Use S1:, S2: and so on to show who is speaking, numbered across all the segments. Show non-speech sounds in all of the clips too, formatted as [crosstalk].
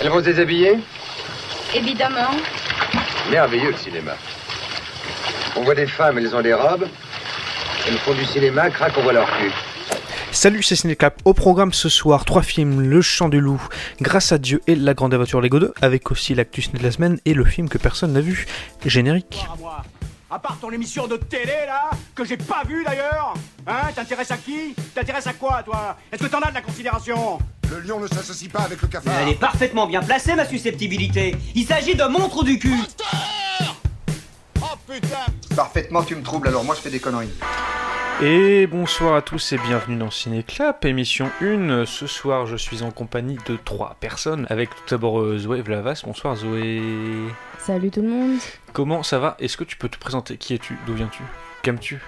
S1: Elles vont se déshabiller
S2: Évidemment.
S1: Merveilleux le cinéma. On voit des femmes, elles ont des robes. Elles font du cinéma, crac, on voit leur cul.
S3: Salut, c'est Cinécap. Au programme ce soir, trois films Le Chant du Loup, Grâce à Dieu et La Grande Aventure Lego 2, avec aussi l'actu ciné de la semaine et le film que personne n'a vu, générique.
S4: À, moi. à part ton émission de télé là, que j'ai pas vue d'ailleurs Hein T'intéresses à qui T'intéresses à quoi toi Est-ce que t'en as de la considération
S5: Le lion ne s'associe pas avec le
S6: Mais
S5: cafard.
S6: Elle est parfaitement bien placée, ma susceptibilité. Il s'agit de mon trou du cul.
S7: Parfaitement, tu me troubles, alors moi je fais des conneries.
S3: Et bonsoir à tous et bienvenue dans Cinéclap, émission 1. Ce soir, je suis en compagnie de trois personnes, avec tout d'abord euh, Zoé Vlavas. Bonsoir Zoé.
S8: Salut tout le monde.
S3: Comment ça va Est-ce que tu peux te présenter Qui es-tu D'où viens-tu Qu'aimes-tu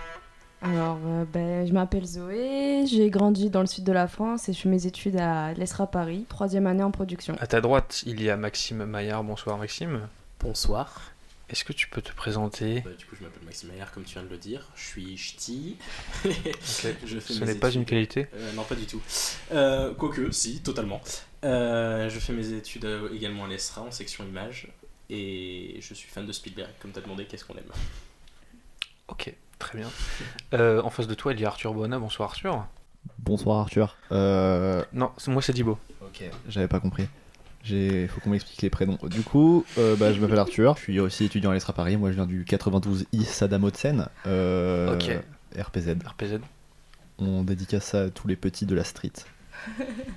S8: Alors, euh, ben, je m'appelle Zoé, j'ai grandi dans le sud de la France et je fais mes études à l'ESRA Paris, troisième année en production.
S3: À ta droite, il y a Maxime Maillard. Bonsoir Maxime.
S9: Bonsoir.
S3: Est-ce que tu peux te présenter
S9: Bah, du coup, je m'appelle Maxime Maillard, comme tu viens de le dire. Je suis ch'ti. [laughs] Je fais
S3: Ce
S9: mes
S3: n'est pas
S9: études.
S3: une qualité.
S9: Euh, non, pas du tout. Euh, quoique, si, totalement. Euh, je fais mes études euh, également à l'ESRA en section image. Et je suis fan de Spielberg. Comme t'as demandé, qu'est-ce qu'on aime
S3: Ok, très bien. Euh, en face de toi, il y a Arthur Bona. Bonsoir Arthur.
S10: Bonsoir Arthur. Euh,
S3: Non, c'est- moi c'est Dibo.
S10: ok, j'avais pas compris. J'ai, faut qu'on m'explique les prénoms. Du coup, euh, bah, je m'appelle Arthur. Je suis aussi étudiant à l'ESRA Paris. Moi, je viens du 92i Saddam Hotsen. Euh,
S3: Ok.
S10: RPZ.
S3: RPZ.
S10: On dédicace ça à tous les petits de la street.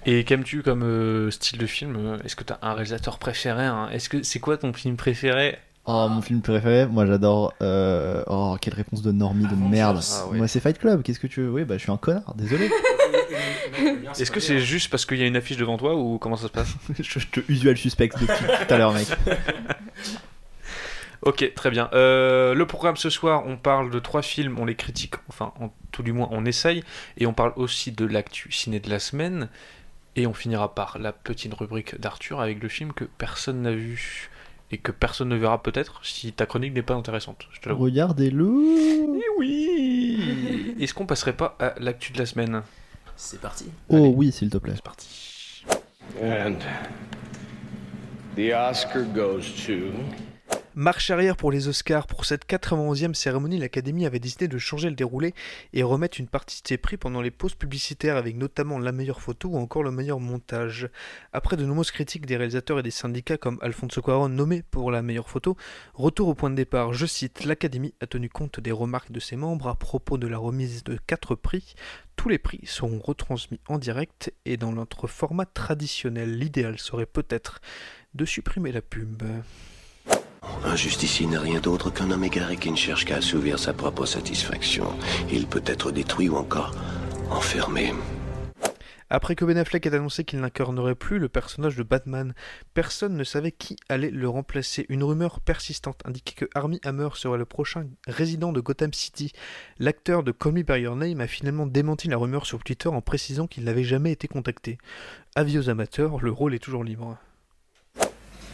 S3: Et qu'aimes-tu comme euh, style de film euh, Est-ce que t'as un réalisateur préféré hein Est-ce que c'est quoi ton film préféré
S10: Oh, mon film préféré. Moi, j'adore. euh, Oh, quelle réponse de Normie de
S9: Avengers.
S10: merde.
S3: Ah ouais.
S10: Moi, c'est Fight Club. Qu'est-ce que tu veux Oui, bah, je suis un connard. Désolé.
S3: [laughs]
S10: [laughs]
S3: Est-ce que c'est juste parce qu'il y a une affiche devant toi ou comment ça se passe
S10: je te usual suspect depuis tout à
S3: [laughs]
S10: l'heure, mec.
S3: Ok, très bien. Euh, le programme ce soir, on parle de trois films, on les critique, enfin, en- tout du moins, on essaye, et on parle aussi de l'actu ciné de la semaine, et on finira par la petite rubrique d'Arthur avec le film que personne n'a vu et que personne ne verra peut-être si ta chronique n'est pas intéressante. Je te l'avoue.
S10: Regardez-le.
S3: Eh oui [laughs] Est-ce qu'on passerait pas à l'actu de la semaine
S9: C'est parti.
S10: Oh
S3: Allez.
S10: oui, s'il te plaît.
S3: C'est parti.
S11: And the Oscar goes to.
S3: Marche arrière pour les Oscars. Pour cette 91e cérémonie, l'Académie avait décidé de changer le déroulé et remettre une partie de ses prix pendant les pauses publicitaires avec notamment la meilleure photo ou encore le meilleur montage. Après de nombreuses critiques des réalisateurs et des syndicats comme Alfonso Cuaron nommé pour la meilleure photo, retour au point de départ, je cite, l'Académie a tenu compte des remarques de ses membres à propos de la remise de quatre prix. Tous les prix seront retransmis en direct et dans notre format traditionnel. L'idéal serait peut-être de supprimer la pub.
S11: Un justicier n'est rien d'autre qu'un homme égaré qui ne cherche qu'à assouvir sa propre satisfaction. Il peut être détruit ou encore enfermé.
S3: Après que Ben Affleck ait annoncé qu'il n'incarnerait plus le personnage de Batman, personne ne savait qui allait le remplacer. Une rumeur persistante indiquait que Armie Hammer serait le prochain résident de Gotham City. L'acteur de Call Me By Your Name a finalement démenti la rumeur sur Twitter en précisant qu'il n'avait jamais été contacté. Avis aux amateurs, le rôle est toujours libre.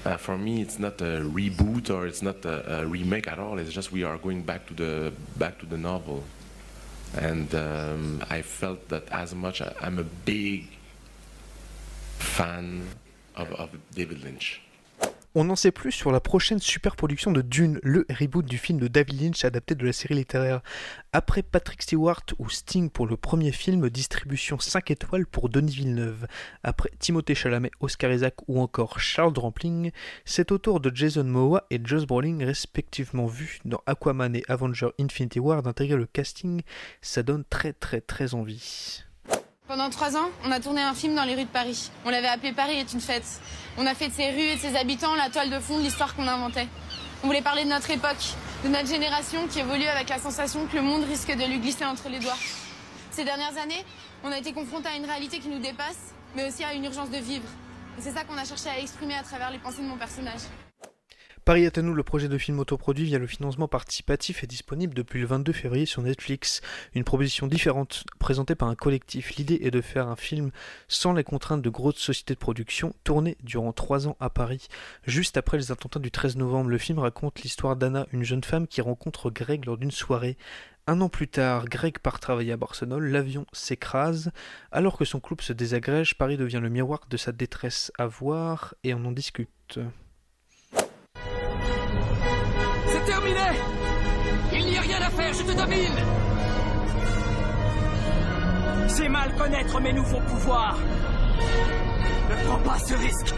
S12: Uh, for me, it's not a reboot or it's not a, a remake at all. It's just we are going back to the back to the novel, and um, I felt that as much I, I'm a big fan of, of David Lynch.
S3: On en sait plus sur la prochaine superproduction de Dune, le reboot du film de David Lynch adapté de la série littéraire. Après Patrick Stewart ou Sting pour le premier film, distribution 5 étoiles pour Denis Villeneuve. Après Timothée Chalamet, Oscar Isaac ou encore Charles Rampling, c'est au tour de Jason Momoa et Josh Brolin respectivement vus dans Aquaman et Avenger Infinity War d'intégrer le casting. Ça donne très très très envie.
S2: Pendant trois ans, on a tourné un film dans les rues de Paris. On l'avait appelé Paris est une fête. On a fait de ses rues et de ses habitants la toile de fond de l'histoire qu'on inventait. On voulait parler de notre époque, de notre génération qui évolue avec la sensation que le monde risque de lui glisser entre les doigts. Ces dernières années, on a été confrontés à une réalité qui nous dépasse, mais aussi à une urgence de vivre. Et C'est ça qu'on a cherché à exprimer à travers les pensées de mon personnage.
S3: Paris est à nous, le projet de film autoproduit via le financement participatif est disponible depuis le 22 février sur Netflix. Une proposition différente présentée par un collectif. L'idée est de faire un film sans les contraintes de grosses sociétés de production, tourné durant trois ans à Paris. Juste après les attentats du 13 novembre, le film raconte l'histoire d'Anna, une jeune femme qui rencontre Greg lors d'une soirée.
S13: Un an plus tard, Greg part travailler à Barcelone, l'avion s'écrase. Alors que son club se désagrège, Paris devient le miroir de sa détresse à voir et on en discute.
S6: C'est terminé Il n'y a rien à faire, je te domine C'est mal connaître mes nouveaux pouvoirs Ne prends pas ce risque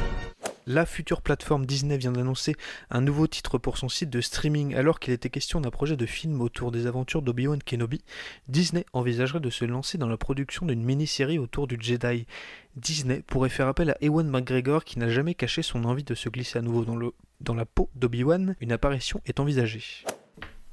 S13: La future plateforme Disney vient d'annoncer un nouveau titre pour son site de streaming. Alors qu'il était question d'un projet de film autour des aventures d'Obi-Wan Kenobi, Disney envisagerait de se lancer dans la production d'une mini-série autour du Jedi. Disney pourrait faire appel à Ewan McGregor qui n'a jamais caché son envie de se glisser à nouveau dans, le, dans la peau d'Obi-Wan. Une apparition est envisagée.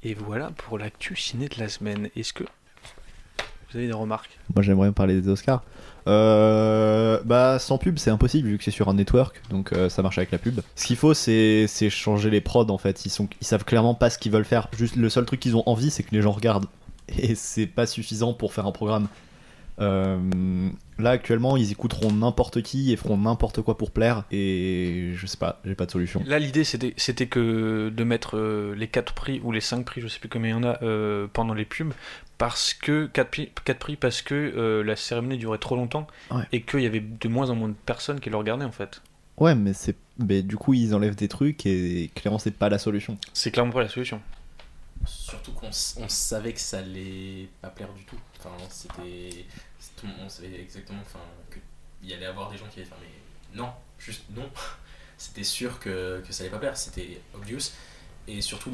S13: Et voilà pour l'actu ciné de la semaine. Est-ce que vous avez des remarques
S10: Moi j'aimerais parler des Oscars. Euh, bah sans pub c'est impossible vu que c'est sur un network donc euh, ça marche avec la pub. Ce qu'il faut c'est c'est changer les prods en fait. Ils, sont, ils savent clairement pas ce qu'ils veulent faire. Juste le seul truc qu'ils ont envie c'est que les gens regardent. [laughs] Et c'est pas suffisant pour faire un programme. Euh, là actuellement ils écouteront n'importe qui et feront n'importe quoi pour plaire et je sais pas, j'ai pas de solution.
S13: Là, l'idée, c'était, c'était que de mettre euh, les 4 prix ou les 5 prix, je sais plus combien il y en a, euh, pendant les pubs, parce que 4 prix, quatre prix parce que euh, la cérémonie durait trop longtemps
S10: Ouais.
S13: et qu'il y avait de moins en moins de personnes qui le regardaient en fait.
S10: Ouais mais c'est mais du coup ils enlèvent des trucs et clairement c'est pas la solution.
S13: C'est clairement pas la solution.
S9: Surtout qu'on s- on savait que ça allait pas plaire du tout. Enfin, c'était. Tout le monde savait exactement enfin, qu'il y allait avoir des gens qui allaient faire mais non, juste non. [laughs] C'était sûr que, que ça allait pas plaire, c'était obvious. Et surtout,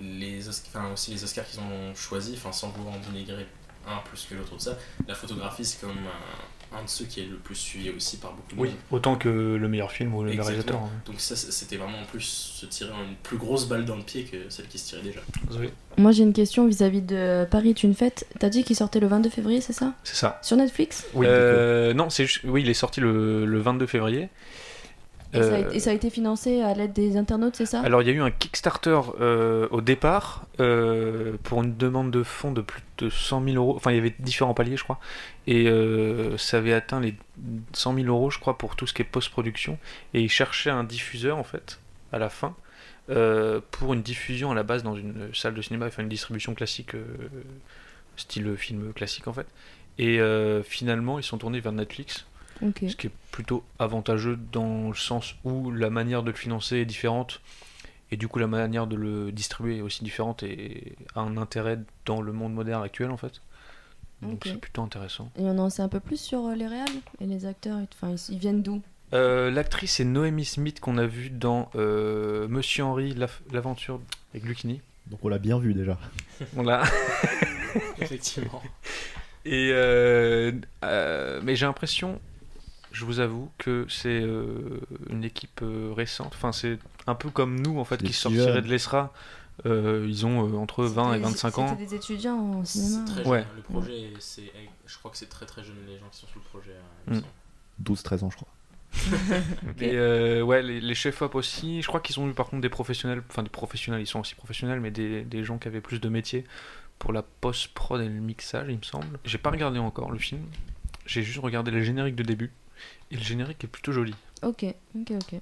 S9: les Osc- enfin, aussi les Oscars qu'ils ont choisis, enfin, sans vouloir en dénigrer un plus que l'autre de ça, la photographie c'est comme un, un de ceux qui est le plus suivi aussi par beaucoup de
S13: Oui,
S9: monde.
S13: autant que le meilleur film ou le meilleur réalisateur.
S9: Exactement. Donc ça c'était vraiment en plus se tirer une plus grosse balle dans le pied que celle qui se tirait déjà.
S13: hein.
S8: Moi j'ai une question vis-à-vis de Paris est une fête. T'as dit qu'il sortait le 22 février, c'est ça
S13: C'est ça.
S8: Sur Netflix
S13: Oui, Euh, non, c'est juste- oui, il est sorti le, le 22 février.
S8: Et, ça a
S13: Euh,
S8: été, et ça a été financé à l'aide des internautes, c'est ça
S13: Alors il y a eu un Kickstarter euh, au départ euh, pour une demande de fonds de plus de 100 000 euros. Enfin il y avait différents paliers je crois. Et euh, ça avait atteint les 100 000 euros je crois pour tout ce qui est post-production. Et ils cherchaient un diffuseur en fait à la fin euh, pour une diffusion à la base dans une salle de cinéma, enfin une distribution classique euh, style film classique en fait. Et euh, finalement ils sont tournés vers Netflix.
S8: Ok.
S13: Ce qui est plutôt avantageux dans le sens où la manière de le financer est différente et du coup la manière de le distribuer est aussi différente et a un intérêt dans le monde moderne actuel en fait. Donc
S8: Ok.
S13: c'est plutôt intéressant.
S8: Et on en sait un peu plus sur euh, les réals et les acteurs, et- enfin ils, ils viennent d'où
S13: Euh, L'actrice est Noémie Smith qu'on a vue dans euh, Monsieur Henry, l'af- l'aventure avec Lucini.
S10: Donc on l'a bien vu déjà.
S13: On l'a.
S9: Effectivement.
S13: Et euh, euh, mais j'ai l'impression, je vous avoue, que c'est euh, une équipe euh, récente. Enfin, c'est un peu comme nous en fait,
S10: C'est des
S13: qui
S10: petits
S13: sortiraient
S10: jeunes.
S13: de l'ESRA. Euh, ils ont euh, entre 20 et
S8: C'était-
S13: 25 ans.
S8: C'était des étudiants en cinéma. hein.
S9: Très
S13: Ouais.
S9: jeune, Le projet, c'est, eh, je crois que c'est très très jeune les gens qui sont sur le projet. euh,
S13: Mm.
S10: 12-13 ans je crois.
S13: Et euh, ouais, les, les chefs-op aussi. Je crois qu'ils ont eu par contre des professionnels, enfin des professionnels, ils sont aussi professionnels, mais des, des gens qui avaient plus de métier pour la post-prod et le mixage, il me semble. J'ai pas regardé encore le film. J'ai juste regardé le générique de début. Et le générique est plutôt joli.
S8: Ok, ok, ok.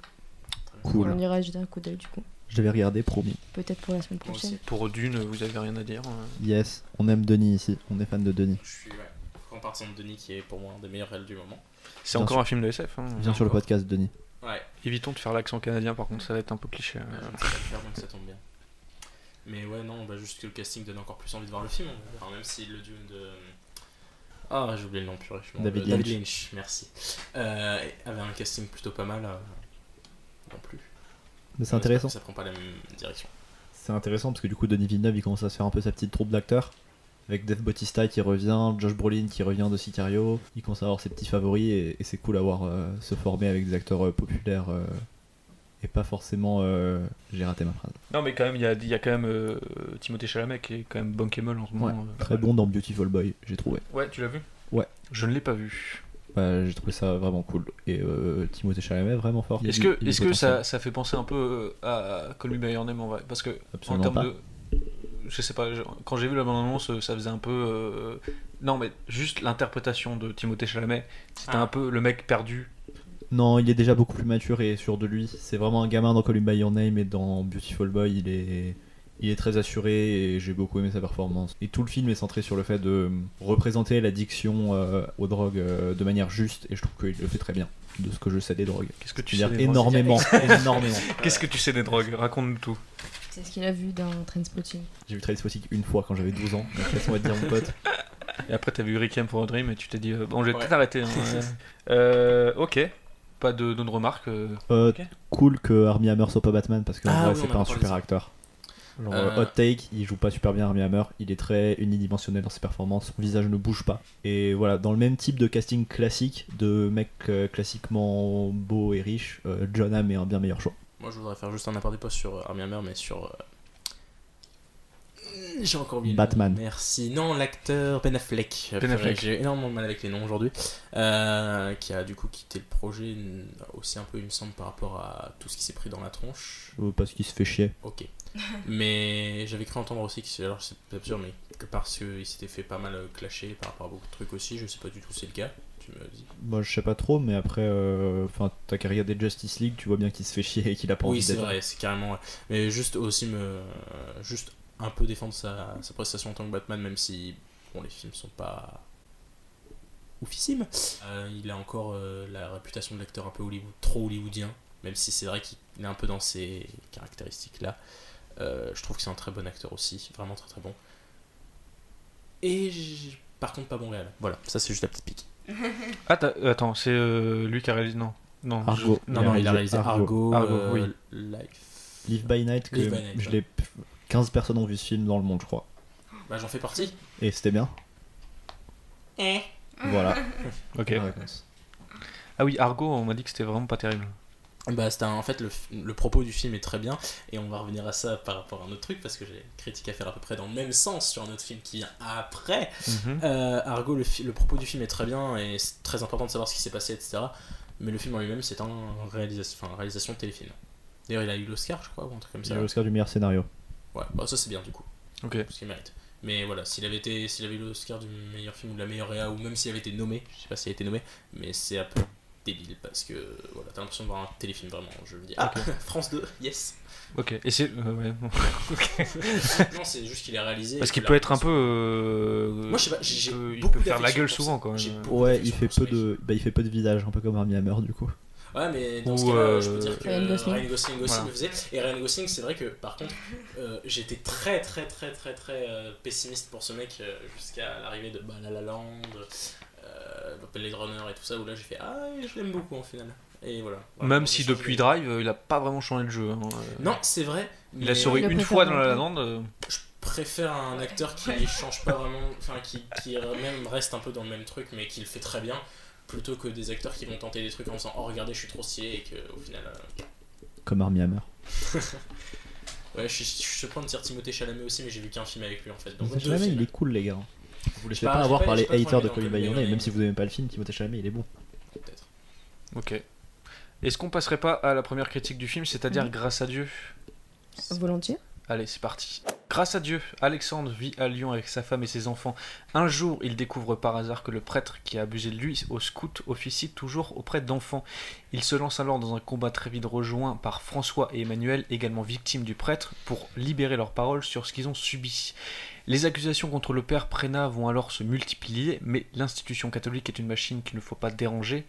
S10: Cool.
S8: On ira jeter un coup d'œil du coup.
S10: Je l'avais regardé promis.
S8: Peut-être pour la semaine prochaine.
S13: Pour Dune, vous avez rien à dire. euh.
S10: Yes, on aime Denis ici, on est fan de Denis.
S9: Je suis ouais, compartissant de Denis qui est pour moi un des meilleurs réels du moment.
S13: C'est
S10: Bien
S13: encore
S10: sûr.
S13: un film de SF. hein.
S10: Viens sur le podcast Denis.
S9: Ouais.
S13: Évitons de faire l'accent canadien, par contre, ça va être un peu cliché.
S9: Je ne sais
S13: euh.
S9: pas le faire donc ça tombe bien. Mais ouais, non, bah juste que le casting donne encore plus envie de voir le film. Enfin, même si le Dune de. Ah, j'ai oublié le nom, purée. je m'en-
S10: David
S9: de- David
S10: Lynch.
S9: Lynch, merci. Euh, avait un casting plutôt pas mal. euh, Non plus.
S10: Mais c'est
S9: Ouais,
S10: intéressant.
S9: Ça prend pas la même direction.
S10: C'est intéressant parce que du coup Denis Villeneuve il commence à se faire un peu sa petite troupe d'acteurs. Avec Dave Bautista qui revient, Josh Brolin qui revient de Sicario, il commence à avoir ses petits favoris et, et c'est cool à voir euh, se former avec des acteurs euh, populaires euh, et pas forcément. euh, J'ai raté ma phrase.
S13: Non, mais quand même, il y a, il y a quand même euh, Timothée Chalamet qui est quand même bankable en ce moment. euh.
S10: Très bon dans Beautiful Boy, j'ai trouvé.
S13: Ouais, tu l'as vu
S10: Ouais.
S13: Je ne l'ai pas vu.
S10: Bah, j'ai trouvé ça vraiment cool. Et euh, Timothée Chalamet vraiment fort.
S13: Est-ce
S10: Il y a
S13: que,
S10: du- il y a
S13: est-ce
S10: du
S13: que
S10: potentiel.
S13: ça, ça fait penser un peu euh, à Call Me By Your Name en vrai Parce que
S10: Absolument
S13: en
S10: pas.
S13: termes de. Je sais pas, je- quand j'ai vu la bande-annonce, euh, ça faisait un peu. euh, Non, mais juste l'interprétation de Timothée Chalamet, c'était un peu le mec perdu.
S10: Non, il est déjà beaucoup plus mature et sûr de lui. C'est vraiment un gamin dans Call Me By Your Name et dans Beautiful Boy, il est, Il est très assuré et j'ai beaucoup aimé sa performance. Et tout le film est centré sur le fait de représenter l'addiction euh, aux drogues euh, de manière juste et je trouve qu'il le fait très bien de ce que je sais des drogues.
S13: Qu'est-ce que tu sais
S10: C'est-à-dire
S13: des drogues [laughs]
S10: énormément, énormément.
S13: Qu'est-ce que tu sais des drogues Raconte-nous tout.
S8: C'est ce qu'il a vu dans Trainspotting.
S10: J'ai vu Trainspotting une fois quand j'avais 12 ans. Après, on va te dire mon pote.
S13: Et après, t'as vu Requiem for a Dream et tu t'es dit, euh, bon, je vais
S9: Ouais.
S13: peut-être arrêter. hein.
S9: [laughs]
S13: Euh, ok, pas de- d'autres remarques. euh,
S10: Euh,
S13: ok.
S10: Cool que Armie Hammer soit pas Batman parce que en
S13: Ah
S10: vrai,
S13: oui, on
S10: c'est pas
S13: en
S10: un
S13: a parlé
S10: super
S13: ça.
S10: acteur. Genre,
S13: Euh,
S10: euh, Hot Take, il joue pas super bien Armie Hammer, il est très unidimensionnel dans ses performances, son visage ne bouge pas. Et voilà, dans le même type de casting classique, de mec euh, classiquement beau et riche, euh, John Hamm est un bien meilleur choix.
S9: Moi, je voudrais faire juste un apport des postes sur euh, Armie Hammer, mais sur. euh, J'ai encore oublié. le nom.
S10: Batman.
S9: Merci. Non, l'acteur Ben Affleck.
S13: Ben Affleck.
S9: J'ai énormément de mal avec les noms aujourd'hui. Euh, qui a du coup quitté le projet n- aussi un peu, il me semble, par rapport à tout ce qui s'est pris dans la tronche.
S10: Euh, parce qu'il se fait chier.
S9: Ok. Mais j'avais cru entendre aussi que, alors c'est pas sûr, mais que parce qu'il s'était fait pas mal euh, clasher par rapport à beaucoup de trucs aussi, je sais pas du tout si c'est le cas. Tu me dis.
S10: Moi je sais pas trop, mais après, euh, enfin, t'as qu'à regarder Justice League, tu vois bien qu'il se fait chier et qu'il a pas
S9: Oui,
S10: envie
S9: c'est
S10: d'être.
S9: vrai, c'est carrément vrai. Mais juste aussi me. euh, Juste un peu défendre sa, sa prestation en tant que Batman, même si bon, les films sont pas. oufissimes. Euh, il a encore euh, la réputation de l'acteur un peu Hollywood, trop hollywoodien, même si c'est vrai qu'il est un peu dans ces caractéristiques-là. Euh, je trouve que c'est un très bon acteur aussi, vraiment très très bon. Et j- par contre, pas bon réel. Voilà, ça c'est juste la petite pique.
S13: Ah, t'as- euh, attends, c'est euh, lui qui a réalisé. Non, non,
S10: Argo.
S13: je- non, non,
S9: il a réalisé
S13: Argo,
S9: Argo, euh,
S13: oui.
S9: Life.
S10: Live by Night, que
S9: Live by Night,
S10: je
S9: ouais.
S10: l'ai- 15 personnes ont vu ce film dans le monde, je crois.
S9: Bah, j'en fais partie.
S10: Et c'était bien. Voilà.
S13: Ok.
S10: Ma réponse.
S13: Ah oui, Argo, on m'a dit que c'était vraiment pas terrible.
S9: Bah, c'était un- en fait le, f- le propos du film est très bien et on va revenir à ça par rapport à un autre truc parce que j'ai une critique à faire à peu près dans le même sens sur un autre film qui vient après.
S13: Mhm.
S9: Euh, Argo, le, fi- le propos du film est très bien et c'est très important de savoir ce qui s'est passé, etc. Mais le film en lui-même, c'est un réalisation, enfin, réalisation de téléfilm. D'ailleurs, il a eu l'Oscar, je crois, ou un truc comme
S10: Il
S9: ça.
S10: a eu l'Oscar du meilleur scénario.
S9: Ouais, bah ça c'est bien du coup.
S13: Ok.
S9: Parce qu'il mérite. Mais voilà, s'il avait été, s'il avait eu l'Oscar du meilleur film ou de la meilleure réa, ou même s'il avait été nommé, je sais pas s'il a été nommé, mais c'est un peu débile parce que voilà, t'as l'impression de voir un téléfilm vraiment. Je me dis, ah,
S13: Ok.
S9: [laughs] France 2,
S13: [laughs]
S9: yes.
S13: Ok, et c'est. euh, ouais, bon. Ok.
S9: non, c'est juste qu'il est réalisé.
S13: Parce
S9: et
S13: qu'il
S9: que
S13: peut
S9: la-
S13: être un peu. euh,
S9: Moi, je sais pas,
S13: il
S9: j'ai- j'ai
S13: peut- Il
S9: beaucoup
S13: peut faire la
S9: d'affection
S13: gueule
S9: pour ça.
S13: souvent quand
S9: J'ai
S13: même.
S9: beaucoup
S10: Ouais, il fait peu de, bah, il fait peu de visage, un peu comme Armie Hammer du coup.
S9: Ouais, mais dans ce
S13: Ou,
S9: cas-là,
S13: euh,
S9: je peux dire que
S13: Ryan
S9: Ryan
S13: Gosling.
S9: Gosling, aussi
S13: Voilà.
S9: le faisait. Et Ryan Gosling, c'est vrai que par contre, euh, j'étais très, très, très, très, très euh, pessimiste pour ce mec euh, jusqu'à l'arrivée de bah, La La Land, euh, Blade Runner et tout ça, où là j'ai fait Ah, je l'aime beaucoup en final. Et voilà. Voilà,
S13: Même
S9: j'ai
S13: si
S9: changé
S13: depuis
S9: d'avis.
S13: Drive, euh, il a pas vraiment changé le jeu. hein, euh.
S9: Non, c'est vrai.
S13: Il
S9: mais-
S13: a souri une fois dans la lande. euh,
S9: Je préfère un acteur qui change pas vraiment, enfin qui, qui même reste un peu dans le même truc, mais qui le fait très bien, plutôt que des acteurs qui vont tenter des trucs en disant Oh, regardez, je suis trop stylé et que au final. euh,
S10: Comme Armie Hammer.
S9: Ouais, je, je, je suis en train de dire Timothée Chalamet aussi, mais j'ai vu qu'un film avec lui en fait. Donc,
S10: Timothée
S9: deux
S10: Chalamet,
S9: films.
S10: il est cool, les gars. Vous
S9: J'ai
S10: laissez pas,
S9: pas- j'ai
S10: avoir
S9: pas-
S10: par les
S9: j'ai pas trop
S10: haters
S9: aimé
S10: de
S9: dans
S10: Call Me
S9: Call
S10: By
S9: Me
S10: Your
S9: By Your
S10: Name, même
S9: Name.
S10: si vous aimez pas le film, Timothée Chalamet, il est bon.
S9: Peut-être.
S13: Ok. Est-ce qu'on passerait pas à la première critique du film, c'est-à-dire
S9: Mm.
S8: Mhm.
S13: Grâce à Dieu
S8: Volontiers
S13: Allez, c'est parti. Grâce à Dieu, Alexandre vit à Lyon avec sa femme et ses enfants. Un jour, il découvre par hasard que le prêtre qui a abusé de lui au scout officie toujours auprès d'enfants. Il se lance alors dans un combat très vite rejoint par François et Emmanuel, également victimes du prêtre, pour libérer leurs paroles sur ce qu'ils ont subi. Les accusations contre le père Prénat vont alors se multiplier, mais l'institution catholique est une machine qu'il ne faut pas déranger.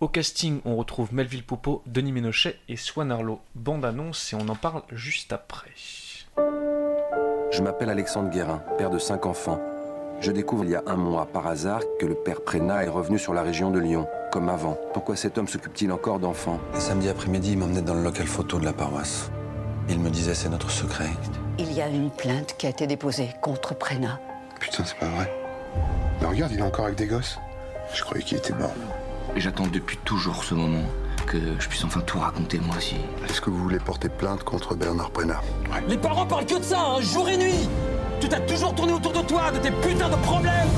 S13: Au casting, on retrouve Melville Poupeau, Denis Ménochet et Swan Arlo. Bande annonce et on en parle juste après.
S14: Je m'appelle Alexandre Guérin, père de cinq enfants. Je découvre il y a un mois, par hasard, que le père Prénat est revenu sur la région de Lyon, comme avant. Pourquoi cet homme s'occupe-t-il encore d'enfants
S15: Et samedi après-midi, il m'emmenait dans le local photo de la paroisse. Il me disait, c'est notre secret.
S16: Il y a une plainte qui a été déposée contre Prena.
S17: Putain, c'est pas vrai. Mais regarde, il est encore avec des gosses. Je croyais qu'il était mort.
S18: J'attends depuis toujours ce moment que je puisse enfin tout raconter moi aussi.
S17: Est-ce que vous voulez porter plainte contre Bernard Prena
S6: Les parents parlent que de ça, hein, jour et nuit Tout a toujours tourné autour de toi, de tes putains de problèmes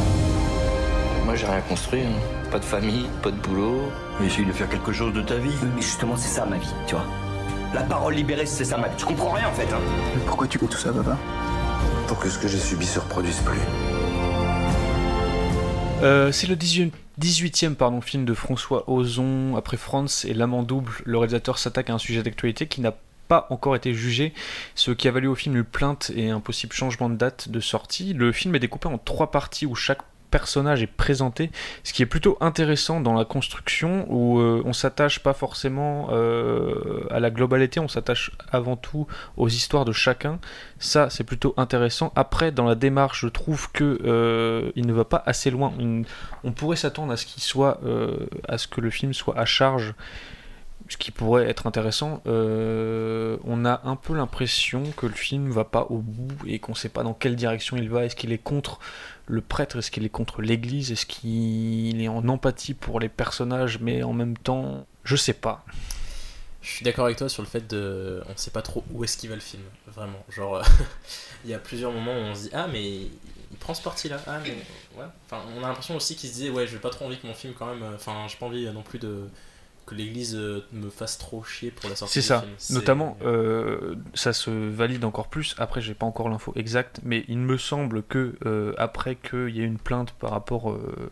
S18: Moi j'ai rien construit, hein. pas de famille, pas de boulot.
S19: Essaye de faire quelque chose de ta vie. Mais justement, c'est ça ma vie, tu vois. La parole libérée, c'est ça ma vie. Tu comprends rien en fait. Hein.
S15: Pourquoi tu fais tout ça, papa Pour que ce que j'ai subi se reproduise plus.
S13: Euh, c'est le 18e, 18e, pardon, film de François Ozon après France et L'Amant Double. Le réalisateur s'attaque à un sujet d'actualité qui n'a pas encore été jugé, ce qui a valu au film une plainte et un possible changement de date de sortie. Le film est découpé en trois parties où chaque personnage est présenté, ce qui est plutôt intéressant dans la construction où euh, on s'attache pas forcément euh, à la globalité, on s'attache avant tout aux histoires de chacun. Ça, c'est plutôt intéressant. Après, dans la démarche, je trouve que euh, il ne va pas assez loin. Une- on pourrait s'attendre à ce qu'il soit, euh, à ce que le film soit à charge ce qui pourrait être intéressant, euh, on a un peu l'impression que le film va pas au bout et qu'on sait pas dans quelle direction il va. Est-ce qu'il est contre le prêtre Est-ce qu'il est contre l'église Est-ce qu'il est en empathie pour les personnages Mais en même temps, je sais pas.
S9: Je suis d'accord avec toi sur le fait de. On sait pas trop où est-ce qu'il va le film, vraiment. Genre, euh, [laughs] il y a plusieurs moments où on se dit Ah, mais il prend ce parti-là. Ah, mais. Ouais. Enfin, on a l'impression aussi qu'il se disait Ouais, j'ai pas trop envie que mon film, quand même. euh, Enfin, j'ai pas envie euh, non plus de. Que l'église euh, me fasse trop chier pour la sortie
S13: C'est
S9: du
S13: ça.
S9: film. C'est-
S13: Notamment, euh, ça se valide encore plus. Après, j'ai pas encore l'info exacte, mais il me semble que euh, après qu'il y ait une plainte par rapport euh,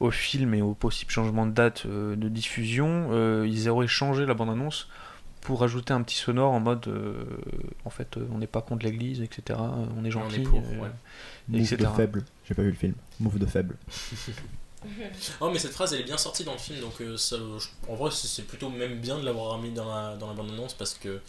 S13: au film et au possible changement de date euh, de diffusion, euh, ils auraient changé la bande-annonce pour ajouter un petit sonore en mode, euh, en fait, euh, on n'est pas contre l'Église, etc. euh, On est gentil,
S9: pour,
S13: euh,
S9: ouais.
S10: Move de
S13: etc.
S10: faible. J'ai pas vu le film. Move de faible.
S9: Oh mais cette phrase elle est bien sortie dans le film donc euh, ça, je- en vrai c'est- c'est plutôt même bien de l'avoir mis dans la, dans la bande annonce parce que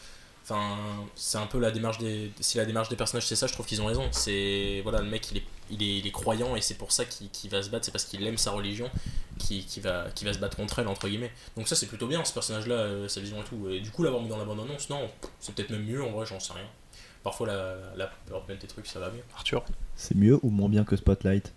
S9: enfin c'est un peu la démarche des si la démarche des personnages c'est ça je trouve qu'ils ont raison c'est voilà le mec il est il est, il est croyant et c'est pour ça qu'il qu'il va se battre c'est parce qu'il aime sa religion qui, qui va qui va se battre contre elle entre guillemets donc ça c'est plutôt bien ce personnage là sa vision et tout et du coup l'avoir mis dans la bande annonce non c'est peut-être même mieux en vrai j'en sais rien parfois la la peur des trucs ça va mieux
S13: Arthur
S10: C'est mieux ou moins bien que Spotlight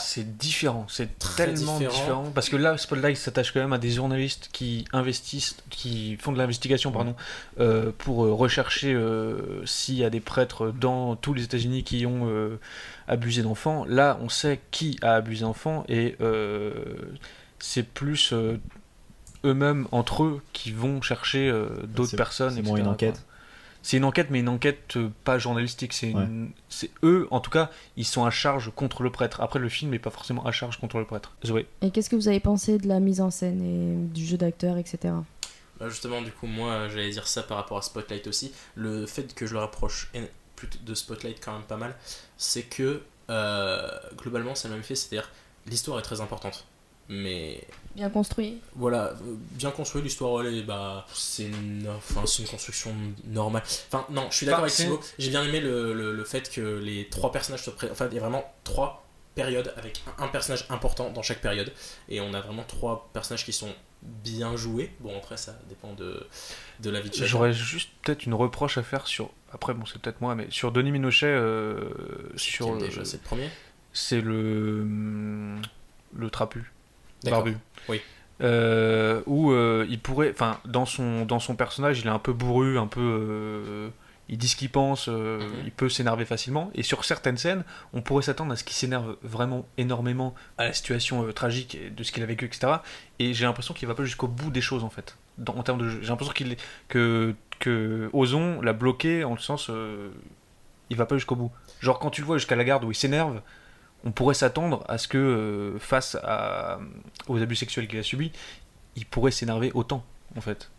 S13: c'est différent, c'est
S9: très
S13: tellement différent.
S9: différent.
S13: parce que là, Spotlight s'attache quand même à des journalistes qui investissent, qui font de l'investigation, pardon, euh, pour euh, rechercher euh, s'il y a des prêtres dans tous les États-Unis qui ont euh, abusé d'enfants. Là, on sait qui a abusé d'enfants et euh, c'est plus euh, eux-mêmes entre eux qui vont chercher euh, d'autres
S10: C'est-
S13: personnes.
S10: c'est moins
S13: etc.,
S10: une enquête.
S13: quoi. C'est une enquête, mais une enquête euh, pas journalistique. C'est une-
S10: Ouais.
S13: c'est eux, en tout cas, ils sont à charge contre le prêtre. Après, le film n'est pas forcément à charge contre le prêtre. Zoé.
S8: Et qu'est-ce que vous avez pensé de la mise en scène et du jeu d'acteur, etc.
S9: Bah, justement, du coup, moi, euh, j'allais dire ça par rapport à Spotlight aussi. Le fait que je le rapproche en- plutôt de Spotlight quand même pas mal, c'est que euh, globalement, c'est le même fait, c'est-à-dire l'histoire est très importante. Mais
S8: Bien construit.
S9: voilà, euh, bien construit l'histoire, elle est, bah, c'est une, enfin, c'est une construction normale. Enfin, non, je suis d'accord
S13: Enfin,
S9: avec
S13: c'est-
S9: Thibaut. J'ai bien aimé le, le- le fait que les trois personnages se pré- Enfin, il y a vraiment trois périodes avec un un personnage important dans chaque période. Et on a vraiment trois personnages qui sont bien joués. Bon, après, ça dépend de, de la vie de chacun.
S13: J'aurais juste peut-être une reproche à faire sur. Après, bon, c'est peut-être moi, mais sur Denis Minochet. euh, sur
S9: qui, déjà C'est le premier
S13: C'est le. hmm, Le trapu.
S9: D'accord.
S13: Barbu.
S9: Oui.
S13: Euh, où euh, il pourrait. Enfin, dans son, dans son personnage, il est un peu bourru, un peu. euh, il dit ce qu'il pense, euh, il peut s'énerver facilement. Et sur certaines scènes, on pourrait s'attendre à ce qu'il s'énerve vraiment énormément à la situation euh, tragique et de ce qu'il a vécu, etc. Et j'ai l'impression qu'il va pas jusqu'au bout des choses, en fait. Dans- en termes de jeu. J'ai l'impression qu'il est- que, que Ozon l'a bloqué en le sens. euh, il va pas jusqu'au bout. Genre quand tu le vois jusqu'à la garde où il s'énerve, on pourrait s'attendre à ce que euh, face à, aux abus sexuels qu'il a subis, il pourrait s'énerver autant en fait.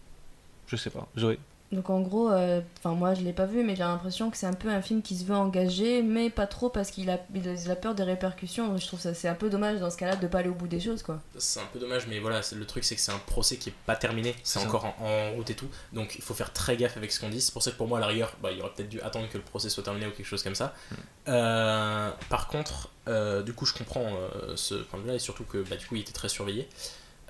S13: Je sais pas, Zoé.
S8: Donc en gros, euh, enfin moi je l'ai pas vu, mais j'ai l'impression que c'est un peu un film qui se veut engagé, mais pas trop parce qu'il a, il a peur des répercussions. Donc je trouve ça c'est un peu dommage dans ce cas-là de pas aller au bout des choses quoi.
S9: C'est un peu dommage, mais voilà, c'est- le truc c'est que c'est un procès qui est pas terminé,
S13: C'est
S9: c'est
S13: ça.
S9: encore en, en route et tout, donc il faut faire très gaffe avec ce qu'on dit. C'est pour ça que pour moi, à la rigueur, bah, il aurait peut-être dû attendre que le procès soit terminé ou quelque chose comme ça.
S13: Hmm.
S9: Euh, par contre, euh, du coup, je comprends euh, ce point de vue-là, et surtout que bah, du coup, il était très surveillé.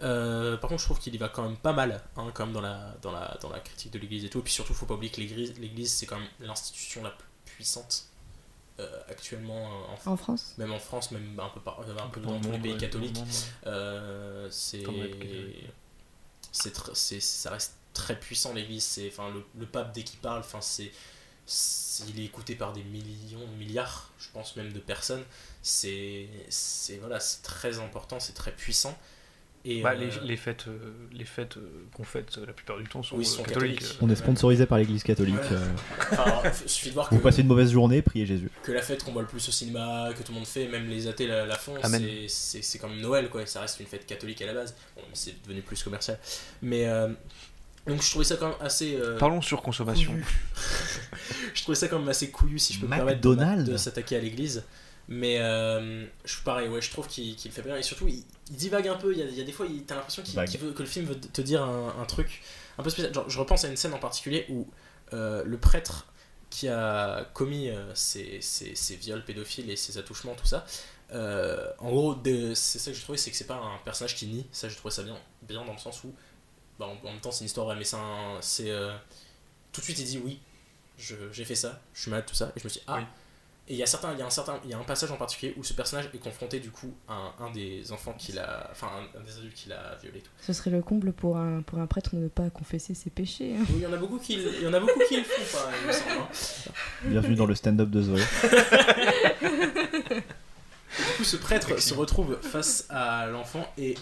S9: Euh, par contre, je trouve qu'il y va quand même pas mal, hein, quand même dans la, dans la, dans la critique de l'Église et tout. Et puis surtout, faut pas oublier que l'Église, l'Église c'est quand même l'institution la plus puissante euh, actuellement euh,
S8: En France
S9: Même en France, même un peu, par, euh, un peu
S13: Ah. dans
S9: dans
S13: le
S9: tous les
S13: monde,
S9: pays
S13: ouais,
S9: catholiques.
S13: dans le monde,
S9: Euh, c'est
S13: Dans le
S9: c'est tr- c'est- ça reste très puissant l'église c'est enfin le, le pape dès qu'il parle enfin c'est c'est- il est écouté par des millions milliards je pense même de personnes c'est c'est voilà c'est très important c'est très puissant et
S13: Bah,
S9: euh,
S13: les, les fêtes, euh, les fêtes euh, qu'on fête euh, la plupart du temps sont,
S9: Oui,
S13: euh,
S9: sont
S13: catholiques.
S9: catholiques.
S10: On est sponsorisé par l'Église catholique.
S9: Ouais.
S10: euh.
S9: Enfin, f- suffit de voir
S10: Vous
S9: que-
S10: passez une mauvaise journée, priez Jésus.
S9: que la fête qu'on voit le plus au cinéma, que tout le monde fait, même les athées la, la font,
S10: Amen.
S9: c'est- c'est c'est comme Noël, quoi. Ça reste une fête catholique à la base. Bon, mais c'est devenu plus commercial. Mais euh, Donc je trouvais ça quand même assez. euh,
S13: Parlons sur consommation.
S9: couillu. je trouvais ça quand même assez couillu si je peux me permettre
S13: McDonald's
S9: de, de s'attaquer à l'église. Mais euh, je suis pareil, ouais, je trouve qu'il qu'il fait bien. Et surtout, il, il divague un peu. Il y a, il y a des fois, il- t'as l'impression qu'il
S10: Vague.
S9: qu'il veut- que le film veut te dire un, un truc un peu spécial. Genre, je repense à une scène en particulier où euh, le prêtre qui a commis euh, ces, ces- ces viols pédophiles et ces attouchements, tout ça. euh, en gros, de- c'est ça que j'ai trouvé, c'est que c'est pas un personnage qui nie. Ça, j'ai trouvé ça bien, bien dans le sens où, bah, en, en même temps, c'est une histoire vraie, mais c'est un- c'est euh, tout de suite, il dit oui, je- j'ai fait ça, je suis malade, tout ça, et je me suis dit, ah. Et il y a certains, il y a un certain, il y a un passage en particulier où ce personnage est confronté du coup à un, un des enfants qu'il a, enfin un, un des adultes qu'il a violé. et tout.
S8: Ce serait le comble pour un, pour un prêtre de ne pas confesser ses péchés. hein.
S9: Oui, Il y en a beaucoup qui, le- il y en a beaucoup qui le font pas, il me semble. hein.
S10: Bienvenue dans le stand-up de Zoé.
S9: Du coup, ce prêtre se retrouve face à l'enfant et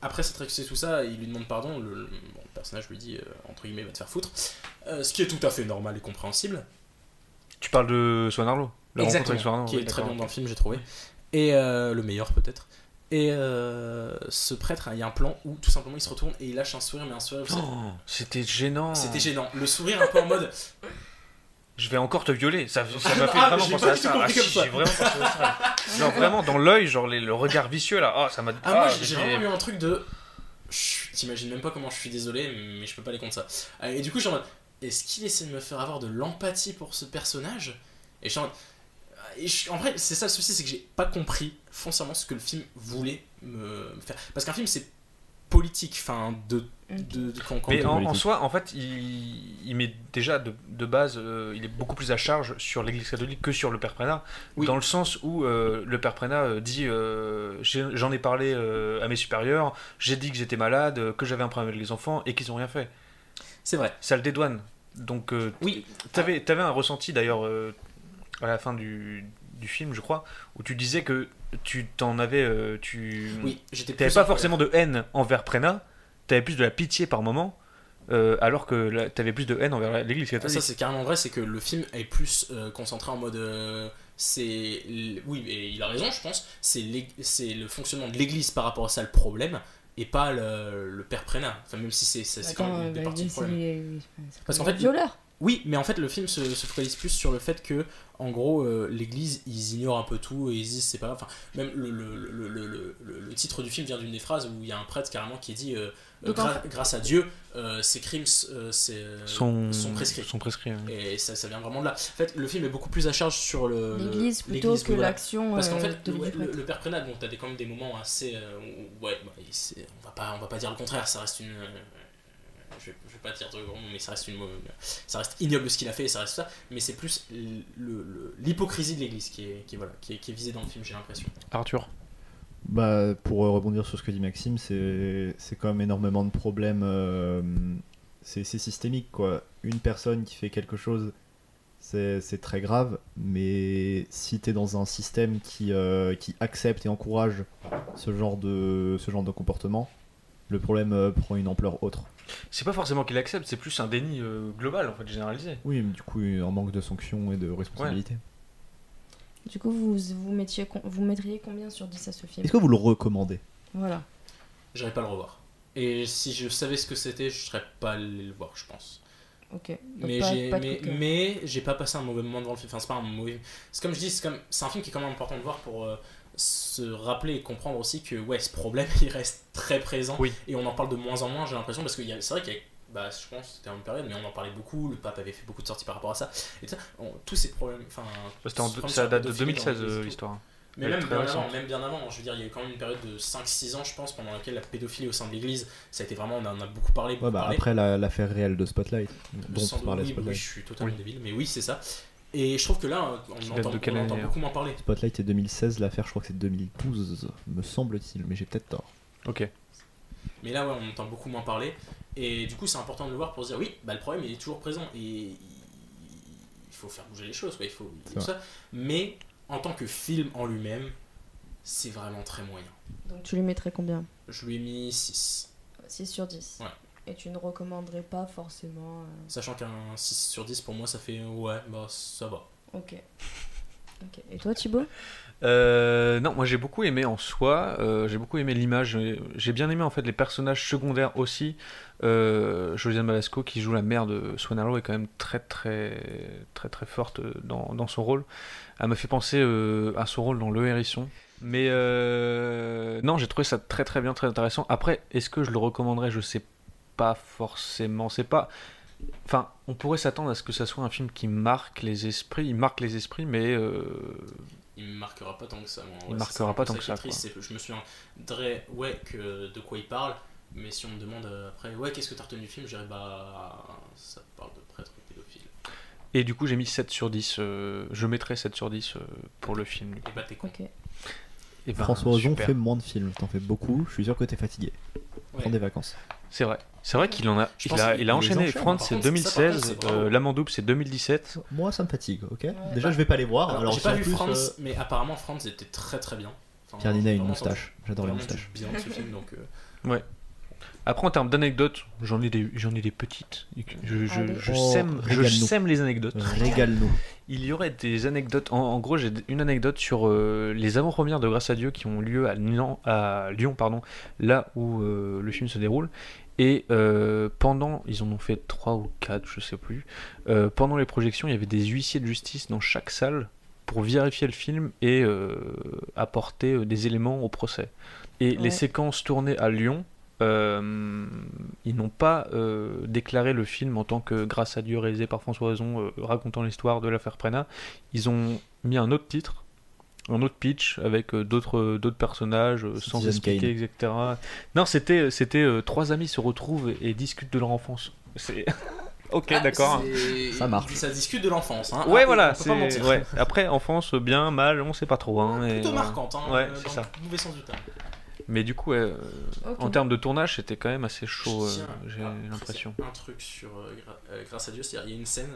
S9: après s'être excusé tout ça, il lui demande pardon. Le, le- bon, le personnage lui dit euh, entre guillemets va te faire foutre, Euh, ce qui est tout à fait normal et compréhensible.
S13: Tu parles de Swan Arlo La rencontre
S9: Exactement,
S13: avec Swan Arlo,
S9: qui
S13: oui,
S9: est très
S13: d'accord.
S9: bon dans le film, j'ai trouvé. Et euh, le meilleur peut-être. Et euh, ce prêtre, il y a un plan où tout simplement il se retourne et il lâche un sourire, mais un sourire. vous savez-
S13: Oh, c'était gênant.
S9: C'était gênant. Le sourire un peu
S13: [laughs]
S9: en mode.
S13: Je vais encore te violer. Ça, ça
S9: Ah,
S13: m'a fait
S9: ah,
S13: vraiment
S9: j'ai
S13: penser
S9: pas
S13: à
S9: du
S13: ça. Ah, si,
S9: tout compris comme ça.
S13: j'ai vraiment pensé à ça. Genre vraiment dans l'œil, genre les- le regard vicieux là. Ah, ça m'a.
S9: Ah, moi
S13: ah,
S9: j'ai j'ai vraiment eu un truc de. Chut, T'imagines même pas comment je suis désolé, mais je peux pas les compter ça. Ah, Et du coup, j'ai en mode. Est-ce qu'il essaie de me faire avoir de l'empathie pour ce personnage Et je suis en mode. Et je- en vrai, c'est ça le souci, c'est que j'ai pas compris foncièrement ce que le film voulait me me faire. Parce qu'un film, c'est politique, enfin, de. de, de- quand- quand-
S13: Mais en, en
S9: politique.
S13: soi, en fait, il, il met déjà de, de base, euh, il est beaucoup plus à charge sur l'Église catholique que sur le Père Prena, dans le sens où euh, le Père Prena euh, dit euh, J'ai- j'en ai parlé euh, à mes supérieurs, j'ai dit que j'étais malade, euh, que j'avais un problème avec les enfants et qu'ils n'ont rien fait.
S9: C'est vrai.
S13: Ça le dédouane. Donc, euh,
S9: oui.
S13: T'avais avais un ressenti d'ailleurs euh, à la fin du, du film, je crois, où tu disais que tu t'en avais, euh, tu,
S9: Oui, j'étais
S13: t'avais
S9: plus
S13: pas
S9: en colère.
S13: forcément de haine envers Prena, t'avais plus de la pitié par moment, euh, alors que là, t'avais plus de haine envers la- l'Église
S9: Ah,
S13: catholique.
S9: Ça, c'est carrément vrai, c'est que le film est plus euh, concentré en mode. euh, c'est l- Oui, et il a raison, je pense. C'est l'ég- c'est le fonctionnement de l'église par rapport à ça le problème, et pas le, le père Prena. Enfin, même si c'est ça, c'est quand
S8: Attends,
S9: même une des
S8: bah,
S9: parties du
S8: c'est-
S9: problème.
S8: oui, c'est-
S9: Parce qu'en fait.
S8: Violeur.
S9: Oui, mais en fait, le film se, se focalise plus sur le fait que, en gros, euh, l'église, ils ignorent un peu tout et ils disent c'est pas grave. Enfin, même le, le, le, le, le- le- le titre du film vient d'une des phrases où il y a un prêtre carrément qui dit euh, euh,
S13: Donc, en
S9: gra-
S13: fait-
S9: grâce à Dieu, euh, ces crimes euh, c'est-
S13: Sont-
S9: sont prescrits.
S13: sont prescrits, hein. oui.
S9: Et ça, ça vient vraiment de là. En fait, le film est beaucoup plus à charge sur le.
S8: L'église plutôt
S9: l'église,
S8: que
S9: oui, voilà.
S8: l'action,
S9: Parce qu'en
S8: euh,
S9: fait,
S8: de-
S9: le-
S8: du
S9: le,
S8: prêtre.
S9: le père Prena, bon, t'as des- quand même des moments assez. euh, où- ouais, bah, il- c'est- on, va pas, on va pas dire le contraire, ça reste une. euh, je, vais- je vais pas dire de gros mots, mais ça reste une. mauvaise- Ça reste ignoble ce qu'il a fait, ça reste ça. Mais c'est plus l- le- le- l'hypocrisie de l'église qui est, qui, est- voilà, qui, est, qui est visée dans le film, j'ai l'impression.
S13: Arthur.
S10: Bah, pour euh, rebondir sur ce que dit Maxime, c'est c'est quand même énormément de problèmes. euh, c'est c'est systémique, quoi. Une personne qui fait quelque chose, c'est c'est très grave, mais si t'es dans un système qui, euh, qui accepte et encourage ce genre de, ce genre de comportement, le problème euh, prend une ampleur autre.
S13: C'est pas forcément qu'il accepte, c'est plus un déni euh, global en fait généralisé.
S10: Oui, mais du coup, en manque de sanctions et de responsabilité.
S8: Du coup, vous, vous, mettiez, con- vous mettriez combien sur 10 à ce film
S10: Est-ce que vous le recommandez
S8: Voilà.
S9: J'irai pas le revoir. Et si je savais ce que c'était, je serais pas allé le voir, je pense.
S8: Ok. Donc
S9: mais
S8: pas-
S9: j'ai
S8: pas hein. de
S9: mais,
S8: coup de cœur.
S9: mais j'ai pas passé un mauvais moment devant le film enfin c'est pas un mauvais c'est comme je dis c'est comme c'est un film qui est quand même important de voir pour euh, se rappeler et comprendre aussi que ouais ce problème [laughs] il reste très présent et on en parle de moins en moins j'ai l'impression parce que il y a- c'est vrai qu'il y a bah, je pense que c'était une période mais on en parlait beaucoup le pape avait fait beaucoup de sorties par rapport à ça et tout ça, on- tous ces problèmes enfin
S13: C'était en deux-
S9: comme
S13: ça date de
S9: pédophilie dans
S13: 2016,
S9: l'église et
S13: euh,
S9: tout.
S13: l'histoire.
S9: mais
S13: Elle est
S9: même
S13: très
S9: bien,
S13: récente.
S9: avant, même bien avant je veux dire il y a eu quand même une période de 5-6 ans je pense pendant laquelle la pédophilie au sein de l'église ça a été vraiment on en a beaucoup parlé beaucoup
S10: Ouais, bah,
S9: parlé.
S10: après la- l'affaire réelle de Spotlight, dont
S9: Sans
S10: on
S9: doute,
S10: parlait
S9: oui,
S10: Spotlight.
S9: oui, je suis totalement débile, mais oui, c'est ça. Et je trouve que là, on
S13: Qui
S9: entend,
S13: date de quelle
S9: on entend
S13: année, hein.
S9: beaucoup moins parler.
S10: Spotlight est 2016, l'affaire je crois que c'est 2012, me semble-t-il, mais j'ai peut-être tort.
S13: Ok.
S9: Mais là, ouais, on entend beaucoup moins parler. Et du coup, c'est important de le voir pour se dire, oui, bah, le problème, il est toujours présent. Et il il faut faire bouger les choses, quoi, il faut
S10: C'est
S9: tout
S10: vrai.
S9: ça. Mais en tant que film en lui-même, c'est vraiment très moyen.
S8: Donc tu lui mettrais combien
S9: Je lui ai mis 6.
S8: 6 sur 10.
S9: Ouais.
S8: Et tu ne recommanderais pas forcément. euh,
S9: Sachant qu'un 6 sur 10, pour moi, ça fait, ouais, bah, ça va.
S8: Ok. Ok. Et toi, Thibaut
S13: Euh, non, moi j'ai beaucoup aimé en soi, euh, j'ai beaucoup aimé l'image, j'ai- j'ai bien aimé en fait les personnages secondaires aussi. Euh, Josiane Balasco qui joue la mère de Swan Harlow est quand même très très très très forte euh, dans, dans son rôle. Elle m'a fait penser euh, à son rôle dans Le Hérisson. Mais euh, non, j'ai trouvé ça très très bien, très intéressant. Après, est-ce que je le recommanderais Je sais pas forcément. C'est pas. Enfin, on pourrait s'attendre à ce que ça soit un film qui marque les esprits. Il marque les esprits, mais euh,
S9: Il me marquera pas tant que ça. moi, en
S13: Il
S9: vrai.
S13: marquera
S9: C'est
S13: pas
S9: pour
S13: tant que
S9: qui
S13: ça,
S9: est triste, c'est que je me souviendrai, ouais, que de quoi il parle, mais si on me demande euh, après, ouais, qu'est-ce que t'as retenu du film, je dirais, bah, ça parle de prêtre pédophile.
S13: Et du coup, j'ai mis 7 sur 10. euh, je mettrai 7 sur 10 euh, pour le film.
S9: Et bah, t'es con.
S13: Et ben,
S10: François Ozon
S13: super.
S10: fait moins de films, t'en fais beaucoup, je suis sûr que t'es fatigué. Prends des vacances.
S13: C'est vrai. C'est vrai qu'il en a,
S10: Je
S13: il
S10: pense
S13: a,
S10: qu'il
S13: il a
S10: les
S13: enchaîné.
S10: enchaîne,
S13: France,
S10: par
S13: c'est
S10: contre. Ça, par contre,
S13: 2016.
S10: c'est bravo.
S13: euh, L'Amandouble, c'est 2017.
S10: Moi ça me fatigue, ok Déjà je vais pas les voir, alors,
S9: bah, j'ai pas
S10: si en
S9: vu
S10: plus,
S9: France,
S10: euh,
S9: mais apparemment France était très très bien. Enfin,
S10: Pierre Niney a une
S9: vraiment,
S10: moustache.
S9: ça-
S10: J'adore les
S9: vraiment du
S10: moustaches.
S9: bien de ce film, donc. euh,
S13: Ouais. Après, en termes d'anecdotes, j'en ai, des- j'en ai des petites. Je, je-
S10: Allez.
S13: je
S10: Oh,
S13: sème, je
S10: régale-nous. Euh,
S13: sème les anecdotes.
S10: Régale-nous.
S13: Il y aurait des anecdotes. En, en gros, j'ai une anecdote sur euh, les avant-premières de Grâce à Dieu qui ont lieu à Lyon, à Lyon pardon, là où euh, le film se déroule. Et euh, pendant, ils en ont fait 3 ou 4, je sais plus. euh, pendant les projections, il y avait des huissiers de justice dans chaque salle pour vérifier le film et euh, apporter euh, des éléments au procès. Et
S10: Ouais.
S13: les séquences tournées à Lyon, euh, ils n'ont pas euh, déclaré le film en tant que Grâce à Dieu réalisé par François Ozon euh, racontant l'histoire de l'affaire Prena. Ils ont mis un autre titre, un autre pitch avec euh, d'autres d'autres personnages euh, sans
S10: Citizen
S13: expliquer, etc. Non, c'était c'était euh, trois amis se retrouvent et, et discutent de leur enfance.
S9: [laughs]
S13: C'est ok,
S9: ah,
S13: d'accord.
S9: c'est- Ça discute de l'enfance. Hein.
S13: Ouais,
S9: Ah,
S13: voilà.
S9: on peut pas
S13: c'est-
S9: mentir.
S13: ouais. Après, enfance, bien, mal, on sait pas trop. Hein, et,
S9: Plutôt
S13: euh,
S9: marquante, hein,
S13: Ouais,
S9: euh,
S13: c'est
S9: dans
S13: ça.
S9: le mauvais sens du terme.
S13: Mais du coup, ouais, euh,
S9: Ok.
S13: en termes de tournage, c'était quand même assez chaud,
S9: Je tiens
S13: euh, j'ai
S9: à
S13: l'impression.
S9: préciser Un truc sur euh, Gra- euh, Grâce à Dieu, c'est-à-dire il y a une scène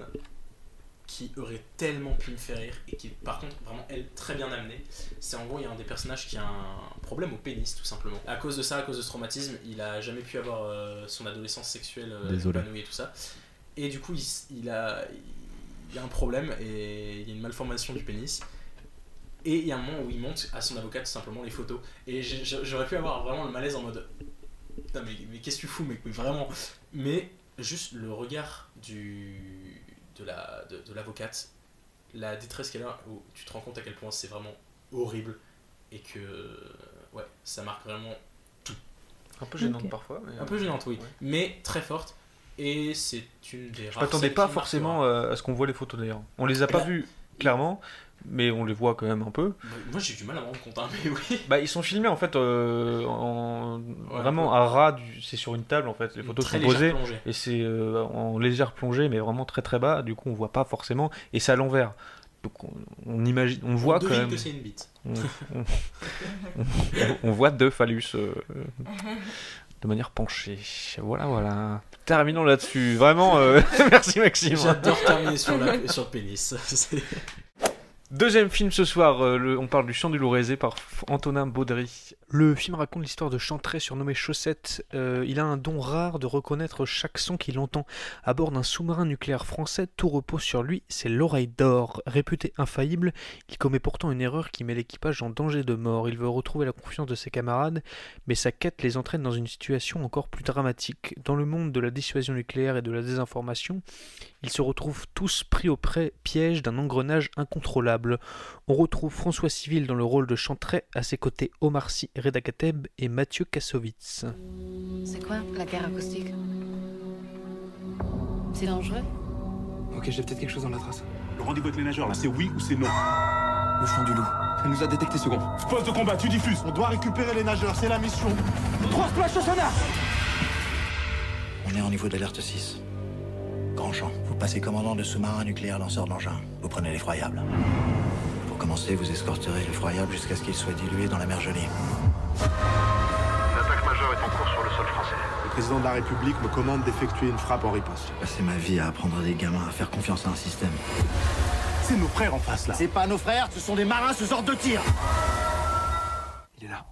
S9: qui aurait tellement pu me faire rire et qui est par contre vraiment elle très bien amenée. C'est en gros il y a un des personnages qui a un problème au pénis tout simplement. À cause de ça, à cause de ce traumatisme, il a jamais pu avoir euh, son adolescence sexuelle euh,
S10: Désolé.
S9: épanouie et tout ça. Et du coup il, s- il a il y a un problème et il y a une malformation du pénis. Et il y a un moment où il monte à son avocat tout simplement les photos. Et j'ai- j'ai- j'aurais pu avoir vraiment le malaise en mode Putain, mais, mais qu'est-ce que tu fous, mec Mais vraiment. Mais juste le regard du, de la de, de l'avocate, la détresse qu'elle a, où tu te rends compte à quel point c'est vraiment horrible et que euh, ouais, ça marque vraiment tout.
S13: Un peu gênante Ok. parfois, mais- euh,
S9: un peu gênante, oui,
S13: Ah Ouais.
S9: mais très forte. Et c'est une des
S13: Je
S9: rares.
S13: m'attendais
S9: scènes
S13: pas
S9: qui marque,
S13: forcément euh, à ce qu'on voit les photos d'ailleurs. On les a
S9: Eh
S13: pas
S9: ben,
S13: vues clairement, mais on les voit quand même un peu.
S9: euh, Moi j'ai eu du mal à me rendre compte, hein, mais oui.
S13: Bah, ils sont filmés en fait euh, en- vraiment à ras, du... c'est sur une table en fait, les photos
S9: très
S13: sont
S9: légère
S13: posées
S9: plongée.
S13: et c'est euh, en légère plongée mais vraiment très très bas, du coup on voit pas forcément et c'est à l'envers. Donc on, on imagine, on voit quand
S9: devine
S13: même.
S9: que c'est une bite.
S13: On, on- [laughs] on- on voit deux phallus euh, euh, de manière penchée. Voilà voilà. Terminons là-dessus, vraiment. euh, [laughs] Merci Maxime.
S9: J'adore terminer
S13: [laughs]
S9: sur, la, sur le pénis. [laughs] C'est-
S13: Deuxième film ce soir, euh, le- on parle du Chant du Lourésé par F- Antonin Baudry. Le film raconte l'histoire de Chantray surnommé Chaussette. Euh, il a un don rare de reconnaître chaque son qu'il entend. À bord d'un sous-marin nucléaire français, tout repose sur lui, c'est l'oreille d'or. Réputé infaillible, il commet pourtant une erreur qui met l'équipage en danger de mort. Il veut retrouver la confiance de ses camarades, mais sa quête les entraîne dans une situation encore plus dramatique. Dans le monde de la dissuasion nucléaire et de la désinformation, ils se retrouvent tous pris au pré- piège d'un engrenage incontrôlable. On retrouve François Civil dans le rôle de Chantray, à ses côtés Omar Sy, Reda Kateb et Mathieu Kassovitz.
S20: C'est quoi la guerre acoustique C'est dangereux
S21: Ok, j'ai peut-être quelque chose dans la trace.
S22: Le rendez-vous avec les nageurs, là, c'est oui ou c'est non
S21: Le chant du loup. Elle nous a détecté second.
S22: Poste de combat, tu diffuses. On doit récupérer les nageurs, c'est la mission. Trois splash au sonar
S14: On est au niveau d'alerte 6. Grand champ. Vous passez commandant de sous-marin nucléaire lanceur d'engin. Vous prenez l'effroyable. Pour commencer, vous escorterez l'effroyable jusqu'à ce qu'il soit dilué dans la mer gelée.
S22: L'attaque majeure est en cours sur le sol français. Le président de la République me commande d'effectuer une frappe en riposte.
S14: J'ai passé ma vie à apprendre à des gamins à faire confiance à un système.
S22: C'est nos frères en face, là.
S14: C'est pas nos frères, ce sont des marins, ce genre de tir
S22: Il est là.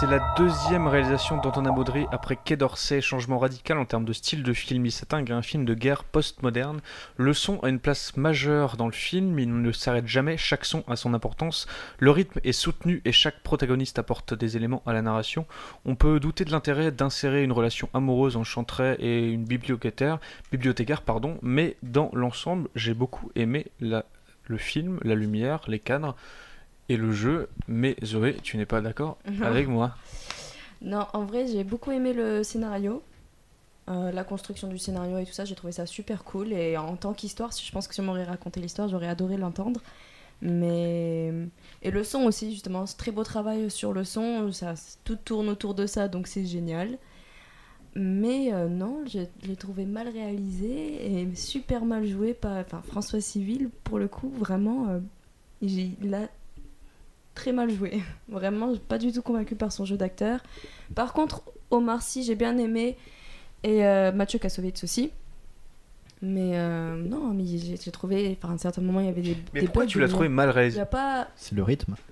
S13: C'est la deuxième réalisation d'Antonin Baudry après Quai d'Orsay, changement radical en termes de style de film. Il s'atteint à un film de guerre post-moderne. Le son a une place majeure dans le film, il ne s'arrête jamais, chaque son a son importance. Le rythme est soutenu et chaque protagoniste apporte des éléments à la narration. On peut douter de l'intérêt d'insérer une relation amoureuse en Chantray et une bibliothécaire, bibliothécaire pardon, mais dans l'ensemble, j'ai beaucoup aimé la- le film, la lumière, les cadres et le jeu, mais Zoé, tu n'es pas d'accord
S8: Non.
S13: avec moi.
S8: Non, en vrai, j'ai beaucoup aimé le scénario. Euh, la construction du scénario et tout ça, j'ai trouvé ça super cool. Et en tant qu'histoire, je pense que si on m'aurait raconté l'histoire, j'aurais adoré l'entendre. Mais. Et le son aussi, justement, ce très beau travail sur le son. Ça, tout tourne autour de ça, donc c'est génial. Mais euh, non, je l'ai trouvé mal réalisé et super mal joué par enfin, François Civil. Pour le coup, vraiment, euh, j'ai- il a très mal joué. [laughs] Vraiment, pas du tout convaincu par son jeu d'acteur. Par contre, Omar Sy, j'ai bien aimé. Et euh, Mathieu Kassovitz aussi. Mais euh, non, mais j'ai j'ai trouvé. Par un certain moment, il y avait des.
S13: Mais
S8: des
S13: pourquoi
S8: bugs,
S13: tu l'as
S8: mais
S13: trouvé mal réalisé
S8: Il y a pas.
S10: C'est le rythme.
S9: Ah,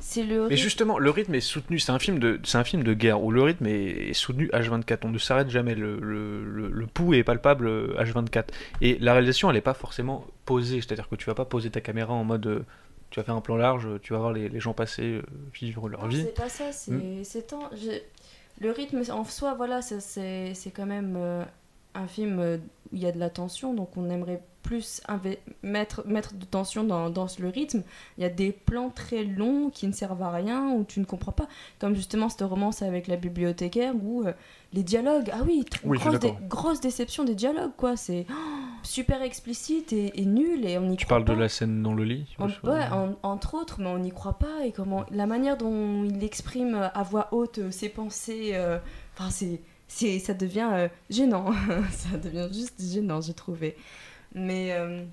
S8: C'est le.
S13: Mais
S8: rythme.
S13: justement, le rythme est soutenu. C'est un film de, c'est un film de guerre où le rythme est, est soutenu H24. On ne s'arrête jamais. Le, le, le, le pouls est palpable euh, H24. Et la réalisation, elle n'est pas forcément posée. C'est-à-dire que tu vas pas poser ta caméra en mode, euh, tu vas faire un plan large, tu vas voir les, les gens passer, euh, vivre leur
S8: Non,
S13: vie. Hmm.
S8: C'est pas ça, c'est c'est tant. je- Le rythme en soi, voilà, ça, c'est c'est quand même euh, un film euh, où il y a de la tension, donc on aimerait plus inve- mettre, mettre de tension dans, dans le rythme. Il y a des plans très longs qui ne servent à rien, où tu ne comprends pas. Comme justement cette romance avec la bibliothécaire, où euh, les dialogues, ah oui, tr-
S13: Oui, je suis
S8: grosse, dé-
S13: d'accord.
S8: grosse déception des dialogues, quoi. C'est oh, super explicite et, et nul, et on y
S13: Tu parles de la scène dans le lit.
S8: en- ouais, en- entre autres, mais on n'y croit pas. Et comment la manière dont il exprime euh, à voix haute euh, ses pensées, euh, enfin c'est, c'est, ça devient euh, gênant. [laughs] ça devient juste gênant, j'ai trouvé. Mais euh,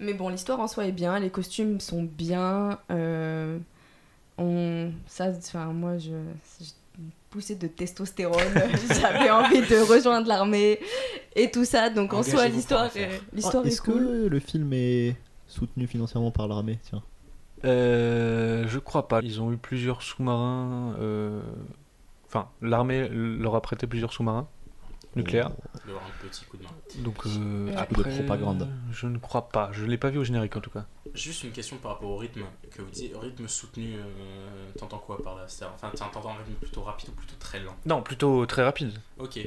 S8: mais bon, l'histoire en soi est bien, les costumes sont bien. euh, on, ça, enfin moi je, je poussée de testostérone, [laughs] j'avais envie de rejoindre l'armée et tout ça. Donc en soi,
S9: Engagez-vous
S8: l'histoire,
S9: pour la faire.
S8: est- l'histoire
S10: Ah,
S8: est,
S10: Est-ce
S8: cool.
S10: que le film est soutenu financièrement par l'armée Tiens.
S13: Euh, je crois pas. Ils ont eu plusieurs sous-marins. euh, Enfin, l'armée leur a prêté plusieurs sous-marins nucléaires.
S9: Il doit y avoir un petit coup de main.
S13: Donc, euh,
S9: Un
S10: coup de
S13: après,
S10: propagande.
S13: Je ne crois pas. Je l'ai pas vu au générique en tout cas.
S9: Juste une question par rapport au rythme que vous dites, rythme soutenu, euh, t'entends quoi par là C'est-à-dire, Enfin, t'entends un rythme plutôt rapide ou plutôt très lent
S13: Non, plutôt très rapide.
S9: Ok.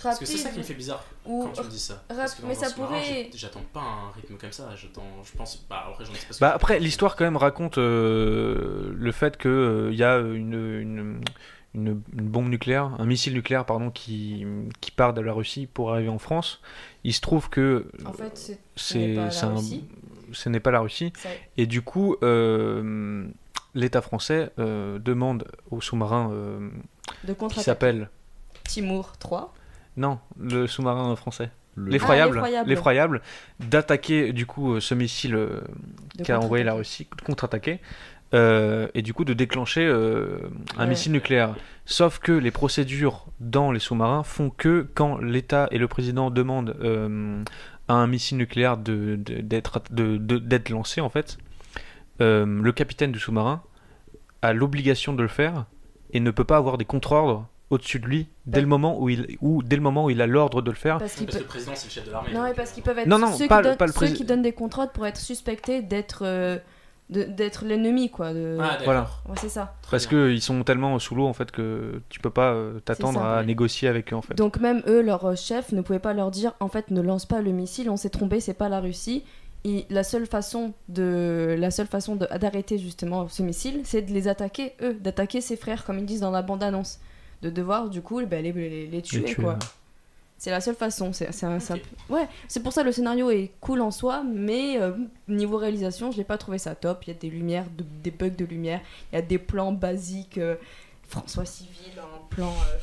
S9: Parce que c'est ça qui me fait bizarre
S8: Ou
S9: quand tu me dis ça.
S8: rap-
S9: Parce que dans
S8: mais
S9: un
S8: ça
S9: sous-marin,
S8: pourrait-
S9: j'ai- J'attends pas un rythme comme ça. J'attends, je pense. Bah après, j'en sais pas. ce
S13: Bah
S9: que-
S13: après, l'histoire quand même raconte euh, le fait que euh, il y a une, une, une- une bombe nucléaire, un missile nucléaire pardon, qui, qui part de la Russie pour arriver en France. Il se trouve que
S8: En fait, c'est- ce
S13: c'est-
S8: n'est pas la
S13: c'est un-
S8: Russie.
S13: ce n'est pas la Russie.
S8: Ça-
S13: Et du coup, euh, l'État français euh, demande au sous-marin euh,
S8: De
S13: qui
S8: contre-attaquer.
S13: s'appelle
S8: Timur 3.
S13: non, le sous-marin français.
S10: Le-
S8: Ah,
S13: L'effroyable,
S8: l'effroyable.
S13: l'effroyable, d'attaquer du coup euh, ce missile euh,
S8: De
S13: qu'a envoyé la Russie, de contre-attaquer, euh, et du coup de déclencher euh, un
S8: Ouais.
S13: missile nucléaire. Sauf que les procédures dans les sous-marins font que quand l'État et le président demandent euh, à un missile nucléaire de- de- d'être de, de- d'être lancé, en fait, euh, le capitaine du sous-marin a l'obligation de le faire et ne peut pas avoir des contre-ordres au-dessus de lui dès le moment où il ou dès le moment où il a l'ordre de le faire
S8: Parce qu'il
S9: Parce que
S8: peut-
S9: le président, Ah, c'est le chef de l'armée. euh,
S8: Non, mais parce qu'ils peuvent être
S13: Non, non,
S8: ceux,
S13: pas
S8: qui
S13: le-
S8: donnent,
S13: pas le
S8: ceux
S13: prési-
S8: qui donnent des contrats pour être suspectés d'être euh, de- d'être l'ennemi, quoi. de-
S9: Ah, d'accord.
S13: Voilà.
S8: Ouais, c'est ça.
S13: Parce qu'ils sont tellement sous l'eau en fait que tu peux pas euh, t'attendre
S8: ça,
S13: à
S8: ouais.
S13: négocier avec eux en fait.
S8: Donc même eux, leur euh, chef ne pouvait pas leur dire en fait ne lance pas le missile, on s'est trompé, c'est pas la Russie. Et la seule façon de la seule façon de- d'arrêter justement ce missile, c'est de les attaquer eux, d'attaquer ses frères comme ils disent dans la bande annonce, de devoir du coup ben, les, les- les tuer,
S13: tuer,
S8: quoi.
S13: ouais.
S8: C'est la seule façon. C'est c'est un- c'est un peu- ouais. C'est pour ça le scénario est cool en soi, mais euh, niveau réalisation, je l'ai pas trouvé ça top. Il y a des lumières, de- des bugs de lumière, il y a des plans basiques. euh, François Civil en plan. euh,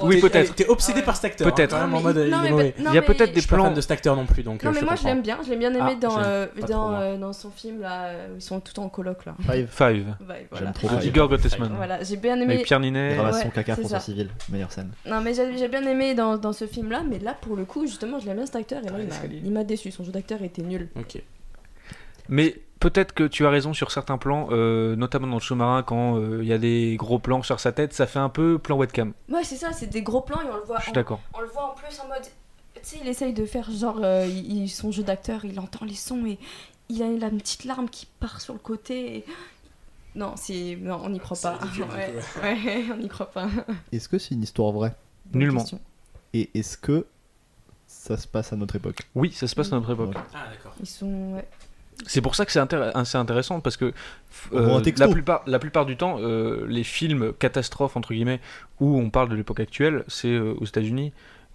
S13: Oui,
S9: T'es-
S13: peut-être.
S9: T'es obsédé par cet acteur.
S13: Peut-être.
S9: hein, quand même, en
S13: Non, mais-
S9: mode, il
S8: non, mais
S9: est mauvais.
S8: peut- non, Il y a mais- peut-être
S13: des
S9: Je suis pas fan
S13: plans-
S9: de cet acteur non plus. Donc,
S8: Non
S9: euh,
S8: mais
S9: te
S8: moi je
S9: comprends.
S8: l'aime bien, je l'ai bien aimé
S9: Ah,
S8: dans,
S9: j'aime
S8: euh,
S9: pas trop,
S8: dans,
S9: moi.
S8: euh, dans son film là, où ils sont tout en coloc là.
S10: Five.
S13: Five.
S8: Five, voilà.
S10: J'aime trop
S13: Ah,
S10: Five.
S13: Igor Gottesman.
S8: Voilà, j'ai bien aimé.
S13: Avec Pierre Ninet.
S10: Il ramasse
S8: Ouais,
S10: son caca
S8: c'est
S10: François
S8: ça.
S10: Civil, meilleure scène.
S8: Non mais j'ai j'ai bien aimé dans, dans ce film là, mais là pour le coup justement je l'aime bien cet acteur et là il m'a- il m'a déçu, son jeu d'acteur était nul.
S9: Ok.
S13: Mais peut-être que tu as raison sur certains plans, euh, notamment dans le sous-marin, quand euh, il y a des gros plans sur sa tête, ça fait un peu plan webcam.
S8: Ouais, c'est ça, c'est des gros plans et on le voit.
S13: Je suis
S8: Bah, on-
S13: d'accord.
S8: On le voit en plus en mode. Tu sais, il essaye de faire genre. euh, il, il- son jeu d'acteur, il entend les sons et il a la petite larme qui part sur le côté. et- Non, c'est. Non, on n'y croit pas. [laughs] Ouais, ouais, on n'y croit pas.
S10: Est-ce que c'est une histoire vraie
S8: Bonne Nullement. question.
S10: Et est-ce que ça se passe à notre époque
S13: Oui, ça se passe à notre époque.
S9: Ah,
S8: Ils sont. ouais.
S13: C'est pour ça que c'est intér- euh, c'est intéressant parce que euh,
S10: On voit un texto.
S13: la, plupart, la plupart du temps, euh, les films catastrophes entre guillemets où on parle de l'époque actuelle, c'est euh, aux États-Unis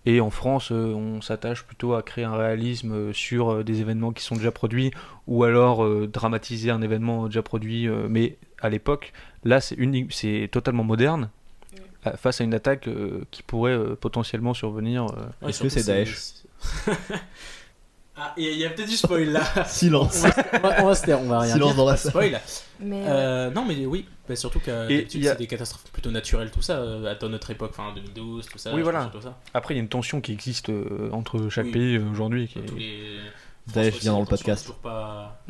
S13: et en France, euh, on s'attache plutôt à créer un réalisme euh, sur euh, des événements qui sont déjà produits ou alors euh, dramatiser un événement déjà produit. euh, mais à l'époque, là, c'est unique- c'est totalement moderne euh, face à une attaque euh, qui pourrait euh, potentiellement survenir. euh.
S9: Ouais, surtout, [laughs] Ah, et il y a peut-être du spoil [laughs] là.
S10: Silence.
S9: On va, se- on va- on va se taire, on va rien
S10: Silence
S9: dire.
S10: dans la
S9: Pas de
S10: salle.
S9: Spoil.
S8: Mais,
S9: Euh, non, mais oui, bah, surtout que
S13: Et
S9: d'habitude,
S13: il y a-
S9: c'est des catastrophes plutôt naturelles, tout ça, euh, à notre époque, enfin 2012, tout ça.
S13: oui,
S9: je
S13: voilà.
S9: pense à tout ça.
S13: Après, il y a une tension qui existe euh, entre chaque
S9: Oui.
S13: pays euh, aujourd'hui. qui est-
S9: Tous les-
S10: Daesh
S9: France-Russie,
S10: vient dans le
S9: attention,
S10: podcast.
S9: toujours pas-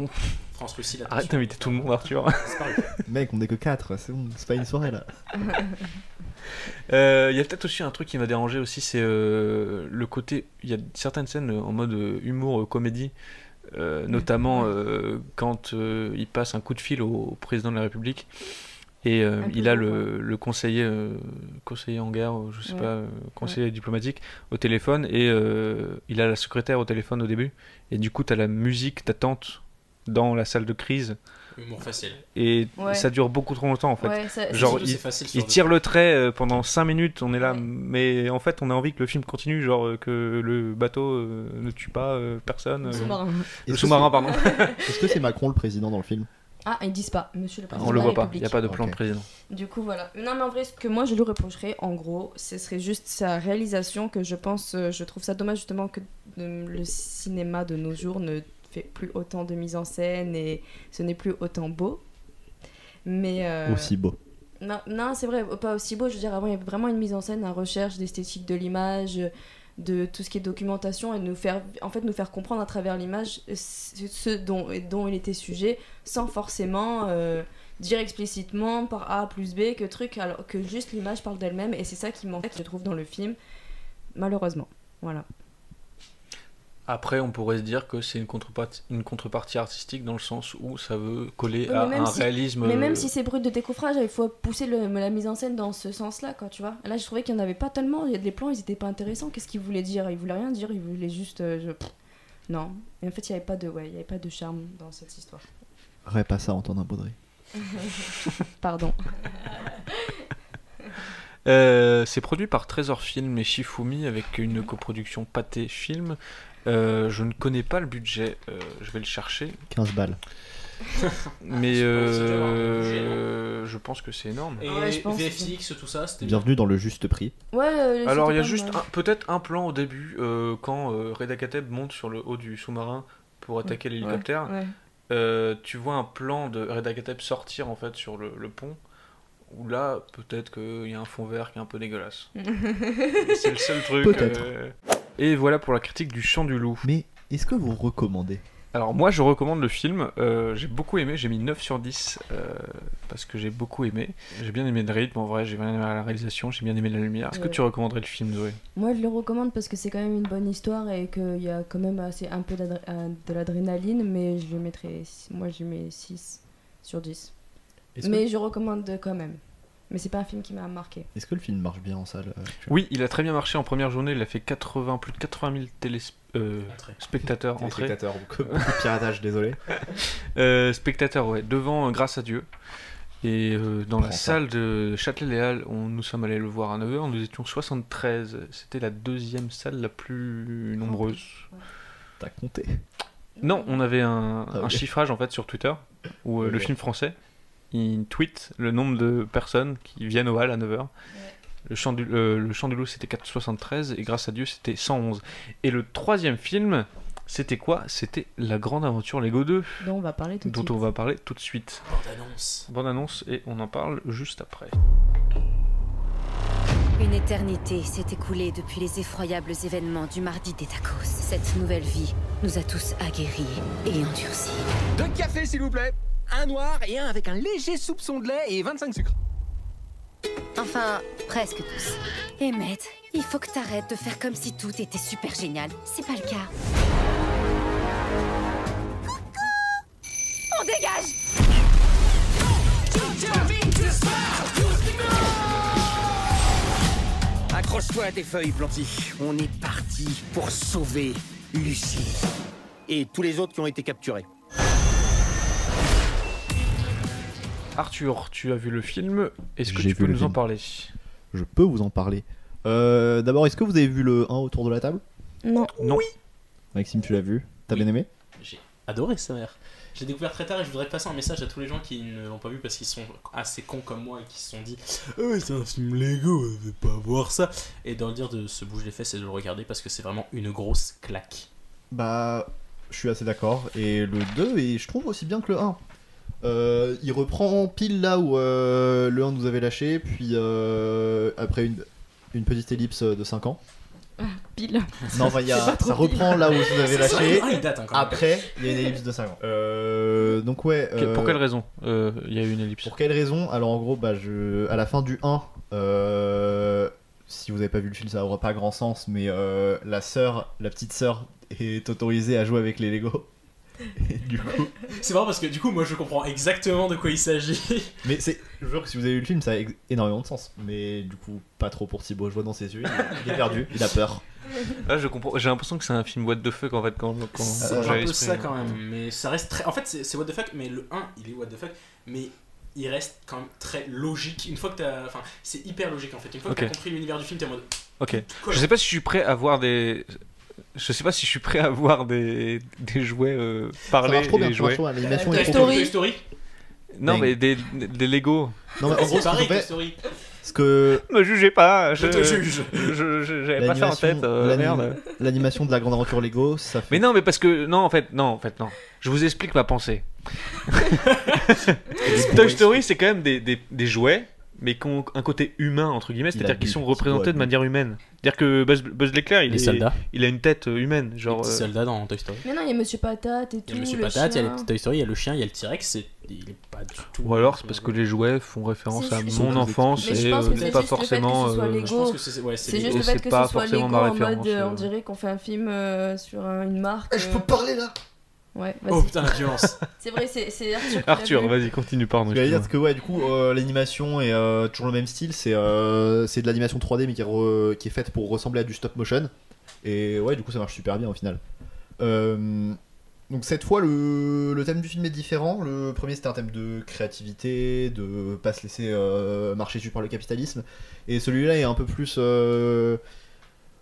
S9: France-Russie, la
S13: Arrête d'inviter tout le monde, Arthur.
S10: Mec, on est que 4, c'est bon, c'est pas une soirée là.
S13: Euh, Il y a peut-être aussi un truc qui m'a dérangé aussi, c'est euh, le côté. Il y a certaines scènes euh, en mode euh, humour euh, comédie, euh, notamment euh, quand euh, il passe un coup de fil au, au président de la République et euh,
S10: Un peu
S13: il a
S10: drôle,
S13: le, le conseiller, euh, conseiller hangar, ou je sais
S10: Ouais.
S13: pas, euh, conseiller diplomatique au téléphone et euh, il a la secrétaire au téléphone au début et du coup t'as la musique d'attente dans la salle de crise.
S9: Humour
S10: [laughs]
S9: facile.
S13: Et
S9: Ouais.
S13: ça dure beaucoup trop longtemps en fait.
S9: Ouais, ça-
S13: Genre,
S9: Surtout,
S13: il,
S9: c'est facile sur
S13: il
S9: le-
S13: tire le trait euh, pendant 5 minutes, on est là, mais en fait, on a envie que le film continue, genre euh, que le bateau euh, ne tue pas euh, personne. euh,
S8: sous-marin.
S13: Le
S10: Est-ce
S13: sous-marin,
S10: que
S13: pardon. [laughs]
S10: c'est- Est-ce que c'est Macron le président dans le film
S8: Ah, ils disent pas, monsieur le président.
S13: on
S8: de
S13: le
S8: la
S13: voit pas, il
S8: République.
S13: n'y a pas de plan de président.
S8: Du coup, voilà. Non, mais en vrai, ce que moi je lui reprocherais, en gros, ce serait juste sa réalisation que je pense, euh, je trouve ça dommage justement que euh, le cinéma de nos jours ne fait plus autant de mise en scène et ce n'est plus autant beau. Mais. euh,
S10: Aussi beau.
S8: Non, non, c'est vrai, pas aussi beau. Je veux dire, avant, il y avait vraiment une mise en scène, à recherche d'esthétique de l'image, de tout ce qui est documentation et de nous faire, en fait, nous faire comprendre à travers l'image ce ce dont, dont il était sujet, sans forcément euh, dire explicitement par A plus B que truc, alors que juste l'image parle d'elle-même. Et c'est ça qui m'embête, je trouve, dans le film, malheureusement. Voilà.
S13: Après, on pourrait se dire que c'est une contrepartie, une contrepartie artistique dans le sens où ça veut coller
S8: Oui,
S13: à
S8: mais même
S13: un
S8: si-
S13: réalisme.
S8: Mais même
S13: euh,
S8: si c'est brut de décoffrage, il faut pousser le- la mise en scène dans ce sens-là, quoi, tu vois. Là, je trouvais qu'il n'y en avait pas tellement. Il y a des plans, ils n'étaient pas intéressants. Qu'est-ce qu'ils voulaient dire Ils voulaient rien dire, ils voulaient juste. euh, je- pff, Non. Et en fait, il n'y avait, pas de- ouais, il y avait pas de charme dans cette histoire.
S10: Rêve pas ça, Antonin Baudry.
S8: Pardon.
S13: Euh, c'est produit par Trésor Film et Shifumi avec une coproduction Pathé Film. Euh, je ne connais pas le budget, euh, je vais le chercher.
S8: Ah,
S10: 15 balles.
S13: Mais
S9: le budget,
S13: euh, je pense que c'est énorme.
S9: Et
S8: Ouais, je pense que
S9: VFX, tout ça, c'était
S10: Bienvenue dans le juste prix.
S8: Ouais, euh,
S13: Alors
S8: c'était
S13: il y a
S8: pas
S13: juste
S8: mal.
S13: un- peut-être un plan au début euh, quand euh, Reda Kateb monte sur le haut du sous-marin pour attaquer
S8: Ouais.
S13: l'hélicoptère.
S8: Ouais.
S13: Euh, tu vois un plan de Reda Kateb sortir en fait sur le, le pont où là peut-être qu'il y a un fond vert qui est un peu dégueulasse. C'est le seul truc.
S10: Peut-être.
S13: euh. Et voilà pour la critique du Chant du Loup.
S10: Mais est-ce que vous recommandez
S13: Alors moi je recommande le film, Euh, j'ai beaucoup aimé, j'ai mis 9 sur 10 euh, parce que j'ai beaucoup aimé. J'ai bien aimé le rythme en vrai, j'ai bien aimé la réalisation, j'ai bien aimé la lumière. Est-ce que
S8: Ouais.
S13: tu recommanderais le film Zoé
S8: [laughs] Moi, je le recommande parce que c'est quand même une bonne histoire et qu'il y a quand même assez, un peu d'adr- euh, de l'adrénaline, mais je le mettrais. Moi, je mets 6 sur 10.
S10: Est-ce
S8: Mais
S10: que-
S8: je recommande quand même. Mais c'est pas un film qui m'a marqué.
S10: Est-ce que le film marche bien en salle euh, actuellement
S13: Oui, il a très bien marché en première journée, il a fait 80, plus de 80 000 télés- euh, spectateurs entrées.
S10: Téléspectateurs, donc, [laughs] beaucoup de piratage, désolé.
S13: Euh, spectateurs, ouais, devant euh, Grâce à Dieu. Et euh, dans la
S10: Prends ça.
S13: salle de Châtelet-Léal, on- nous sommes allés le voir à 9h, nous étions 73. C'était la deuxième salle la plus nombreuse.
S10: T'as compté
S13: Non, on avait un,
S10: Ah,
S13: un
S10: ok.
S13: chiffrage en fait sur Twitter où euh, le
S10: Ok.
S13: film français il tweet le nombre de personnes qui viennent au hall à 9h. Le chant du, euh, le Chant du loup c'était 473 et grâce à Dieu c'était 111. Et le troisième film c'était quoi C'était La Grande Aventure Lego 2
S8: dont on va parler tout de
S13: dont
S8: suite.
S13: on va parler tout de suite.
S9: Bande annonce.
S13: Bonne annonce et on en parle juste après.
S1: Une éternité s'est écoulée depuis les effroyables événements du mardi des tacos. Cette nouvelle vie nous a tous aguerris et endurcis.
S4: Deux cafés, s'il vous plaît. Un noir et un avec un léger soupçon de lait et 25 sucres.
S1: Enfin, presque tous. Emmet, il faut que t'arrêtes de faire comme si tout était super génial. C'est pas le cas. On dégage
S4: Accroche-toi à tes feuilles, Planty. On est parti pour sauver Lucie. Et tous les autres qui ont été capturés.
S13: Arthur, tu as vu le film, est-ce que
S10: J'ai
S13: tu peux
S10: vu le
S13: nous en
S10: film.
S13: parler
S10: Je peux vous en parler. Euh, D'abord, est-ce que vous avez vu le 1 autour de la table
S8: Non.
S10: Non. Maxime, tu l'as vu T'as bien aimé
S9: J'ai adoré sa mère. J'ai découvert très tard et je voudrais passer un message à tous les gens qui ne l'ont pas vu parce qu'ils sont assez cons comme moi et qui se sont dit Euh, c'est un film Lego, je vais pas voir ça. Et d'en dire de se bouger les fesses et de le regarder parce que c'est vraiment une grosse claque.
S10: Bah, je suis assez d'accord. Et le 2, et je trouve aussi bien que le 1. Euh, il reprend pile là où euh, le 1 nous avait lâché, puis euh, après une, une petite ellipse de
S8: [laughs]
S10: 5 ans.
S8: Pile.
S10: Non, enfin, il y
S8: C'est pas
S10: a,
S8: trop
S10: ça reprend
S8: pile.
S10: là où vous avez
S9: C'est ça,
S10: lâché. Ah,
S9: il date, hein, quand même.
S10: Après, il y a une ellipse de 5 ans. Euh, donc, ouais.
S13: Que-
S10: euh,
S13: Pour quelle raison euh, il y a eu une ellipse
S10: Pour quelle raison Alors, en gros, bah, je... à la fin du 1, euh, si vous n'avez pas vu le film, ça aura pas grand sens, mais euh, la sœur, la petite sœur, est autorisée à jouer avec les Lego. Et du coup.
S9: C'est marrant parce que du coup, moi je comprends exactement de quoi il s'agit.
S10: Mais c'est, je jure que si vous avez vu le film, ça a ex- énormément de sens. Mais du coup, pas trop pour Thibaut. Je vois dans ses yeux, il- il est perdu, il a peur.
S13: Ah, je comprends. J'ai l'impression que c'est un film what the fuck en fait quand, quand hein.
S9: C'est
S13: quand j'ai
S9: un peu
S13: l'esprit.
S9: ça quand même, mais ça reste très. En fait, c'est c'est what the fuck, mais le 1, il est what the fuck, mais il reste quand même très logique. Une fois que t'as. Enfin, c'est hyper logique en fait. Une fois que
S13: Ok.
S9: t'as compris l'univers du film, t'es en mode.
S13: Ok.
S9: Quoi
S13: Je sais pas si je suis prêt à voir des. Je sais pas si je suis prêt à voir des, des jouets euh, parler
S10: marche trop bien,
S13: et
S10: ça
S13: jouer.
S10: marche trop bien, l'animation
S9: Toy Euh,
S10: est trop
S9: Story.
S10: cool.
S9: Toy Story.
S13: Non
S10: Dingue.
S13: mais des, des Lego.
S10: Non, mais en gros,
S9: C'est
S10: ce qu'ils
S9: pareil
S10: ont
S9: que
S10: fait-
S9: Story.
S10: ce que
S13: Me jugez pas. Je,
S9: Je
S13: [laughs]
S9: te juge.
S13: je- je- J'avais pas ça en tête. euh,
S10: l'animation-
S13: merde.
S10: l'animation de la grande aventure Lego, ça fait.
S13: Mais non mais parce que non en fait non en fait non. Je vous explique ma pensée. Toy Story c'est quand même des, des, des jouets mais qui ont un côté humain entre guillemets,
S10: Il a
S13: c'est-à-dire qu'ils
S10: bu,
S13: sont
S10: Thibaut a
S13: représentés de
S10: bu.
S13: manière humaine. C'est-à-dire que Buzz, Buzz l'éclair il,
S9: Les
S13: est-
S9: soldats.
S13: il a une tête euh, humaine genre.
S9: Les petits
S13: euh,
S9: soldats dans Toy Story.
S8: Mais non, il y a Monsieur Patate et tout.
S9: Il y a Monsieur
S8: le
S9: Patate, il y a
S8: chien.
S9: les petits Toy Story, il y a le chien, il y a le T-Rex, c'est- il est pas du tout.
S13: Ou alors c'est parce que les jouets font référence
S8: C'est-
S13: à
S8: c'est-
S13: mon
S8: c'est-
S13: enfance
S8: mais je
S13: et
S8: pense
S13: euh,
S8: que c'est juste
S13: pas
S8: le fait que ce
S13: forcément.
S8: soit
S13: euh,
S8: Lego.
S9: Je pense que c'est- ouais, c'est
S8: C'est juste
S9: Lego.
S8: le
S13: C'est
S8: fait que
S13: pas
S8: ce soit Lego
S13: forcément
S8: en
S13: ma
S8: mode
S13: référence,
S8: euh,
S13: euh.
S8: on dirait qu'on fait un film euh, sur euh, une
S10: [laughs]
S8: marque.
S14: je
S8: euh.
S14: peux parler là
S8: Ouais, vas-y.
S9: Oh putain, la violence!
S8: C'est vrai, c'est c'est Arthur. qui l'a
S13: Arthur,
S8: vu.
S13: vas-y, continue, pardon.
S10: Ce que j'allais dire, c'est que ouais, du coup, euh, l'animation est euh, toujours le même style. C'est euh, c'est de l'animation 3D, mais qui est, re- qui est faite pour ressembler à du stop motion. Et ouais, du coup, ça marche super bien au final. Euh, donc cette fois, le, le thème du film est différent. Le premier, c'était un thème de créativité, de pas se laisser euh, marcher dessus par le capitalisme. Et celui-là est un peu plus... euh,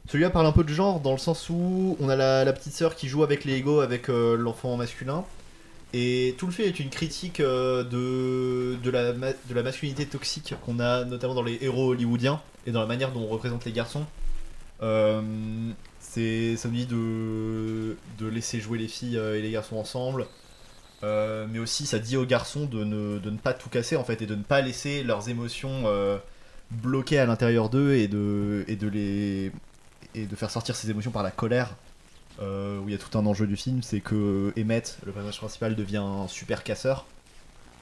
S10: celui-là parle un peu de genre, dans le sens où on a la, la petite sœur qui joue avec les Lego avec euh, l'enfant masculin. Et tout le film est une critique euh, de, de, la, ma- de la masculinité toxique qu'on a notamment dans les héros hollywoodiens et dans la manière dont on représente les garçons. Euh, c'est ça nous dit de, de laisser jouer les filles euh, et les garçons ensemble. Euh, mais aussi ça dit aux garçons de ne, de ne pas tout casser en fait et de ne pas laisser leurs émotions euh, bloquées à l'intérieur d'eux et de, et de les et de faire sortir ces émotions par la colère euh, où il y a tout un enjeu du film c'est que Emmett le personnage principal devient un super casseur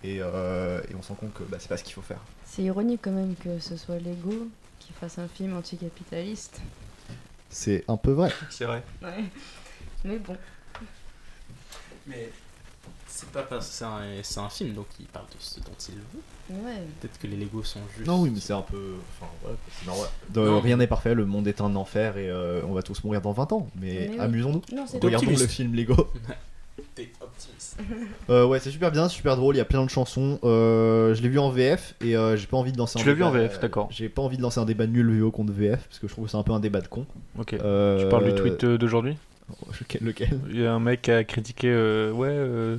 S10: et, euh, et on se rend compte que bah, c'est pas ce qu'il faut faire
S8: C'est ironique quand même que ce soit Lego qui fasse un film anticapitaliste.
S10: c'est un peu vrai
S13: C'est vrai.
S8: Ouais. Mais bon.
S9: Mais c'est pas parce que c'est un, c'est un film, donc il parle de ce dont il veut.
S8: Ouais.
S9: Peut-être que les Légos sont juste.
S10: non oui mais c'est un peu enfin voilà, c'est normal
S9: De-
S10: rien n'est parfait le monde est un enfer et euh, on va tous mourir dans 20 ans mais,
S9: Mais oui.
S10: amusons-nous
S9: Non, c'est
S10: regardons
S9: optimiste.
S10: le
S13: [laughs]
S10: film Lego
S9: T'es optimiste.
S10: Euh, ouais, c'est super bien, super drôle, il y a plein de chansons. Euh, je l'ai vu en VF et euh, j'ai pas envie de lancer
S13: Tu
S10: un
S13: l'as vu
S10: débat. euh,
S13: en VF, d'accord.
S10: J'ai pas envie de lancer un débat nul VO contre VF parce que je trouve que c'est un peu un débat de con.
S13: Ok.
S10: Euh,
S13: Tu parles du tweet euh, d'aujourd'hui
S10: [laughs] Lequel, lequel
S13: Il y a un mec qui a critiqué euh, Ouais, euh,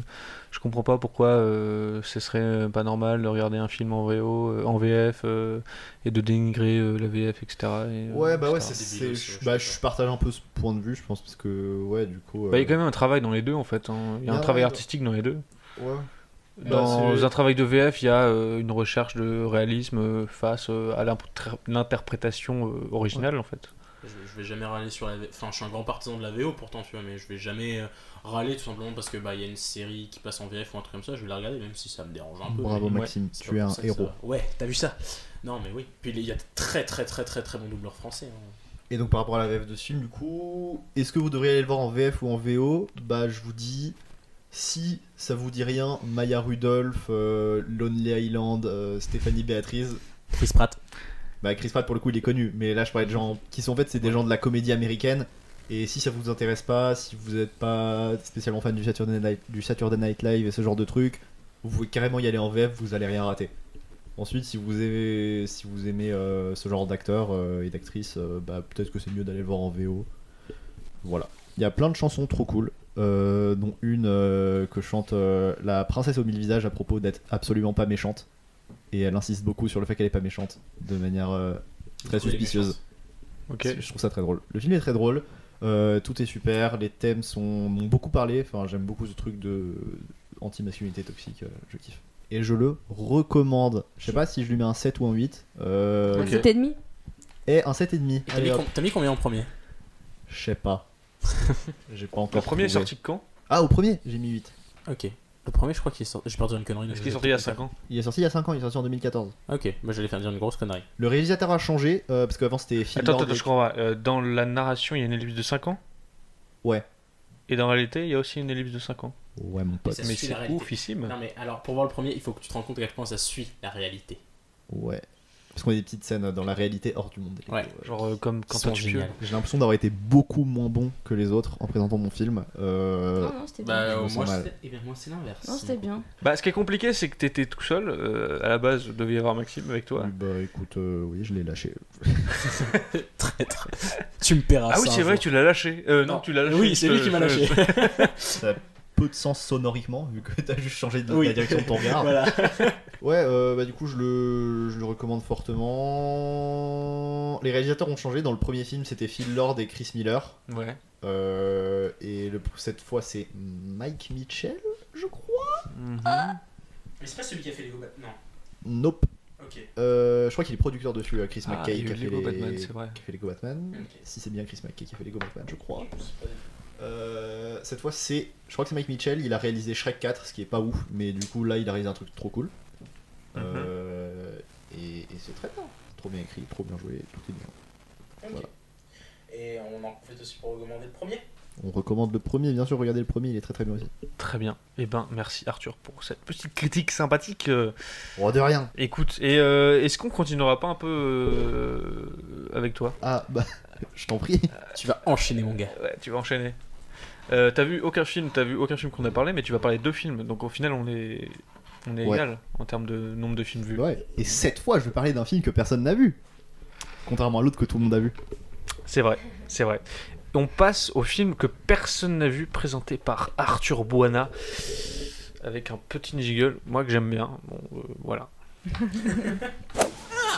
S13: je comprends pas pourquoi euh, ce serait pas normal de regarder un film en, VO, euh, en VF euh, et de dénigrer euh, la VF, etc. et, euh,
S10: Ouais, bah ouais,
S13: etc..
S10: c'est. c'est- je- Bah, je partage un peu ce point de vue, je pense, parce que ouais, du coup.
S13: Bah, il y a
S10: euh,
S13: quand même un travail dans les deux en fait. hein. Il y a un
S10: y a un
S13: travail
S10: travail dans-
S13: artistique dans les deux.
S10: euh, Ouais.
S13: Dans
S6: Bah, c'est-
S13: un travail de VF, il y a euh, une recherche de réalisme euh, face euh, à l'imp- l'interprétation euh, originale, en fait.
S9: Je, je vais jamais râler sur la V- Enfin, je suis un grand partisan de la VO pourtant, tu vois, mais je vais jamais euh, râler tout simplement parce que bah il y a une série qui passe en VF ou un truc comme ça, je vais la regarder même si ça me dérange un peu.
S10: Bravo,
S9: mais ouais,
S10: Maxime,
S9: c'est
S10: tu
S9: pas
S10: es
S9: pour
S10: un
S9: ça que
S10: héros.
S9: ça va. Ouais, t'as vu ça Non, mais oui. Puis il y a de très très très très très bons doubleurs français. hein.
S10: Et donc par rapport à la VF de ce film, du coup, est-ce que vous devriez aller le voir en VF ou en VO Bah je vous dis, si ça vous dit rien, Maya Rudolph, euh, Lonely Island, euh, Stéphanie Béatrice...
S9: Chris Pratt.
S10: Bah Chris Pratt pour le coup il est connu, mais là je parlais de gens qui sont en fait c'est des gens de la comédie américaine. Et si ça vous intéresse pas, si vous n'êtes pas spécialement fan du Saturday, Night, du Saturday Night Live et ce genre de trucs, vous pouvez carrément y aller en VF, vous allez rien rater. Ensuite, si vous aimez, si vous aimez euh, ce genre d'acteurs euh, et d'actrices, euh, bah, peut-être que c'est mieux d'aller le voir en VO. Voilà. Il y a plein de chansons trop cool, euh, dont une euh, que chante euh, la princesse au mille visages à propos d'être absolument pas méchante. Et elle insiste beaucoup sur le fait qu'elle est pas méchante, de manière euh, très
S13: Du coup, elle est
S10: suspicieuse.
S13: méchante. Ok.
S10: C'est- Je trouve ça très drôle. Le film est très drôle, euh, tout est super, les thèmes sont, m'ont beaucoup parlé, enfin j'aime beaucoup ce truc de anti-masculinité toxique, euh, je kiffe. Et je le recommande. Je sais pas si je lui mets un 7 ou un 8. Euh...
S8: Un Ok. 7,5?
S10: Et un 7,5.
S9: Et T'as
S10: Allez,
S9: mis,
S10: hop.
S9: com- t'as mis combien en premier
S10: Je sais pas. J'ai pas encore.
S13: Le premier est
S10: trouvé.
S13: sorti quand
S10: Ah, au premier, j'ai mis 8.
S9: Ok. Le premier, je crois qu'il est sorti. Je peux dire une connerie.
S13: Est-ce qu'il est sorti il y a 5 ans
S10: Il est sorti il y a 5 ans, il est sorti en 2014.
S9: Ok, moi j'allais faire dire une grosse connerie.
S10: Le réalisateur a changé, euh, parce qu'avant c'était Phil
S13: Attends, attends,
S10: Lord et-
S13: je crois pas. Euh, dans la narration, il y a une ellipse de 5 ans
S10: Ouais.
S13: Et dans la réalité, il y a aussi une ellipse de 5 ans
S10: Ouais, mon pote.
S9: Ça
S13: Mais
S9: suit
S13: c'est
S9: la réalité.
S13: oufissime
S9: Non, mais alors pour voir le premier, il faut que tu te rendes compte à quel point ça suit la réalité.
S10: Ouais. Parce qu'on a des petites scènes euh, dans la réalité hors du monde.
S9: Ouais.
S13: Genre euh, comme quand on tue.
S10: J'ai l'impression d'avoir été beaucoup moins bon que les autres en présentant mon film. Euh...
S8: Non, non, c'était
S9: Bah,
S10: je me
S9: euh,
S10: sens
S9: moi,
S10: mal.
S9: c'est- eh bien, moi, c'est l'inverse.
S8: Non, c'était bien.
S13: Bah, ce qui est compliqué, c'est que t'étais tout seul. euh, à la base, je devais y avoir Maxime avec
S9: Mm.
S13: toi.
S10: Bah écoute, euh, oui, je l'ai lâché.
S9: Traître. Tu me paieras
S13: Ah oui,
S9: ça
S13: c'est
S9: un
S13: vrai,
S9: jour.
S13: tu l'as lâché. Euh, non, tu l'as lâché.
S9: Oui, c'est
S13: je-
S9: lui qui m'a
S13: je-
S9: lâché.
S10: ça a peu de sens sonoriquement vu que t'as juste changé de
S9: Oui.
S10: la direction de ton
S9: [laughs]
S10: regard.
S9: Voilà.
S10: [laughs] ouais, euh, bah du coup je le, je le recommande fortement. Les réalisateurs ont changé. Dans le premier film c'était Phil Lord et Chris Miller.
S13: Ouais.
S10: Euh, et le, cette fois c'est Mike Mitchell, je crois.
S13: Mhm.
S9: Mais c'est pas celui qui a fait les Go Non.
S10: Nope.
S9: Ok.
S10: Euh, je crois qu'il est producteur dessus, euh, Chris
S13: Ah,
S10: McKay,
S13: il y a
S10: qui a,
S13: eu
S10: fait
S13: Lego
S10: les...
S13: Batman, c'est vrai.
S10: qui a fait Lego Batman. Si c'est bien Chris McKay qui a fait Lego Batman, je crois. Euh, cette fois, c'est. Je crois que c'est Mike Mitchell, il a réalisé Shrek 4, ce qui est pas ouf, mais du coup, là, il a réalisé un truc trop cool. Mhm. Euh, et et c'est très bien. Trop bien écrit, trop bien joué, tout est bien. Voilà.
S9: Et on en profite aussi pour recommander le premier.
S10: On recommande le premier, bien sûr, regardez le premier, il est très très bien aussi.
S13: Très bien. Eh ben, merci Arthur pour cette petite critique sympathique. euh.
S10: Oh, de rien.
S13: Écoute, et euh, est-ce qu'on continuera pas un peu euh, avec toi
S10: Ah, bah, [laughs] je t'en prie.
S9: Tu vas enchaîner, mon gars.
S13: Ouais, tu vas enchaîner. Euh, t'as vu aucun film, t'as vu aucun film qu'on a parlé, mais tu vas parler de deux films. Donc au final, on est, on est
S10: Ouais.
S13: égal en termes de nombre de films vus.
S10: Ouais. Et cette fois, je vais parler d'un film que personne n'a vu. Contrairement à l'autre que tout le monde a vu.
S13: C'est vrai, c'est vrai. On passe au film que personne n'a vu, présenté par Arthur Buana, avec un petit jiggle, moi que j'aime bien. Bon, euh, voilà.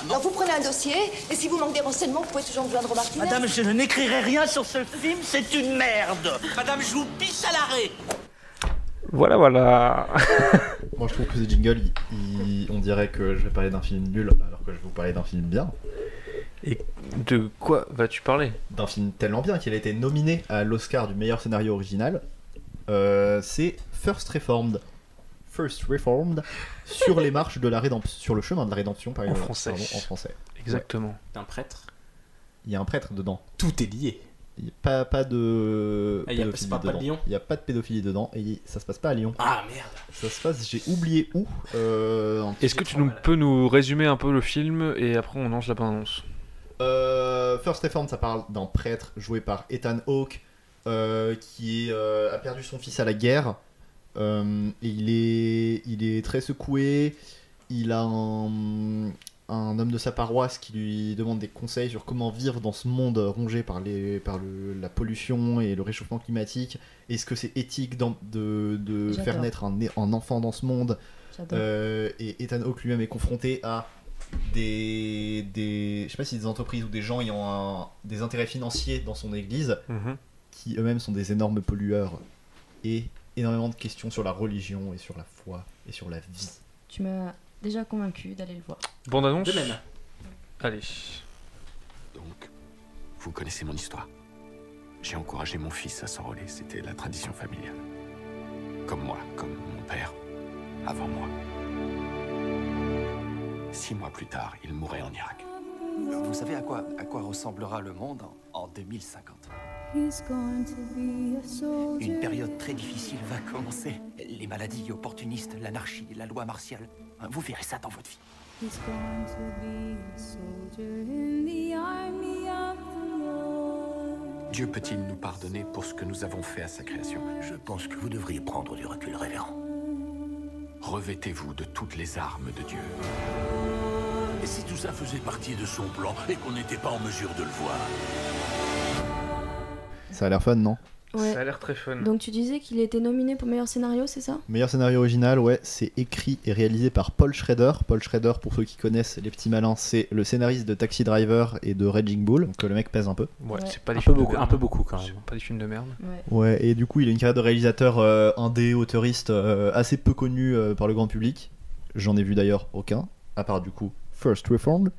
S7: Alors vous prenez un dossier, et si vous manquez des renseignements, vous pouvez toujours me joindre au Martinez.
S23: Madame, je ne n'écrirai rien sur ce film, c'est une merde. Madame, je vous pisse à l'arrêt.
S13: Voilà, voilà.
S10: Moi, je trouve que ce jingle, il- il- on dirait que je vais parler d'un film nul, alors que je vais vous parler d'un film bien.
S13: Et de quoi vas-tu parler
S10: D'un film tellement bien qu'il a été nominé à l'Oscar du meilleur scénario original. Euh, c'est First Reformed. First Reformed sur les marches de la rédemption, sur le chemin de la rédemption, par
S13: En
S10: exemple.
S13: français.
S10: Pardon, en français.
S13: Exactement.
S9: T'es un prêtre
S10: Il y a un prêtre dedans.
S9: Tout est lié.
S10: Il n'y a pas, pas de
S9: Ah, il y a-
S10: pédophilie
S9: c'est pas- pas de
S10: dedans.
S9: Lyon
S10: Il y a pas de pédophilie dedans et il- ça se passe pas à Lyon.
S9: Ah merde
S10: Ça se passe, j'ai oublié où. euh, en-
S13: Est-ce que tu nous, peux nous résumer un peu le film et après on lance la bande-annonce
S10: Euh, First Reformed, ça parle d'un prêtre joué par Ethan Hawke euh, qui est, euh, a perdu son fils à la guerre. Euh, et il est, il est très secoué. Il a un, un homme de sa paroisse qui lui demande des conseils sur comment vivre dans ce monde rongé par, les, par le- la pollution et le réchauffement climatique. Est-ce que c'est éthique d'en- de, de
S6: J'adore.
S10: faire naître un, un enfant dans ce monde
S6: J'adore.
S10: euh, et Ethan Hawke lui-même est confronté à des, des je sais pas si des entreprises ou des gens ayant un- des intérêts financiers dans son église
S13: Mhm.
S10: qui eux-mêmes sont des énormes pollueurs et énormément de questions sur la religion et sur la foi et sur la vie.
S8: Tu m'as déjà convaincu d'aller le voir.
S13: Bande annonce
S9: De même.
S13: Allez.
S6: Vous connaissez mon histoire. J'ai encouragé mon fils à s'enrôler, c'était la tradition familiale. Comme moi, comme mon père, avant moi. Six mois plus tard, il mourait en Irak.
S24: Vous savez à quoi, à quoi ressemblera le monde en, en 2050
S14: Une
S24: Une période très difficile va commencer. Les maladies opportunistes, l'anarchie, la loi martiale. Hein, Vous verrez ça dans votre vie.
S14: He's going to be a soldier in the army of the Lord.
S6: Dieu peut-il nous pardonner pour ce que nous avons fait à sa création Je pense que vous devriez prendre du recul, révérend. Revêtez-vous de toutes les armes de Dieu.
S11: Et si tout ça faisait partie de son plan et qu'on n'était pas en mesure de le voir
S10: Ça a l'air fun, non
S8: Ouais.
S13: Ça a l'air très fun.
S8: Donc tu disais qu'il était nominé pour meilleur scénario, c'est ça
S10: Meilleur scénario original, ouais, c'est écrit et réalisé par Paul Schrader. Paul Schrader, pour ceux qui connaissent les petits malins, c'est le scénariste de Taxi Driver et de Raging Bull. Donc euh, le mec pèse un peu.
S13: Ouais,
S8: Ouais.
S13: c'est pas des
S10: Un
S13: films
S10: peu
S13: de
S10: beaucoup-
S13: merde,
S10: un peu
S13: hein.
S10: beaucoup, quand
S13: C'est
S10: même.
S13: pas des films de merde.
S10: Ouais, et du coup, il a une carrière de réalisateur euh, indé, auteuriste, euh, assez peu connu euh, par le grand public. J'en ai vu d'ailleurs aucun, à part du coup First Reformed.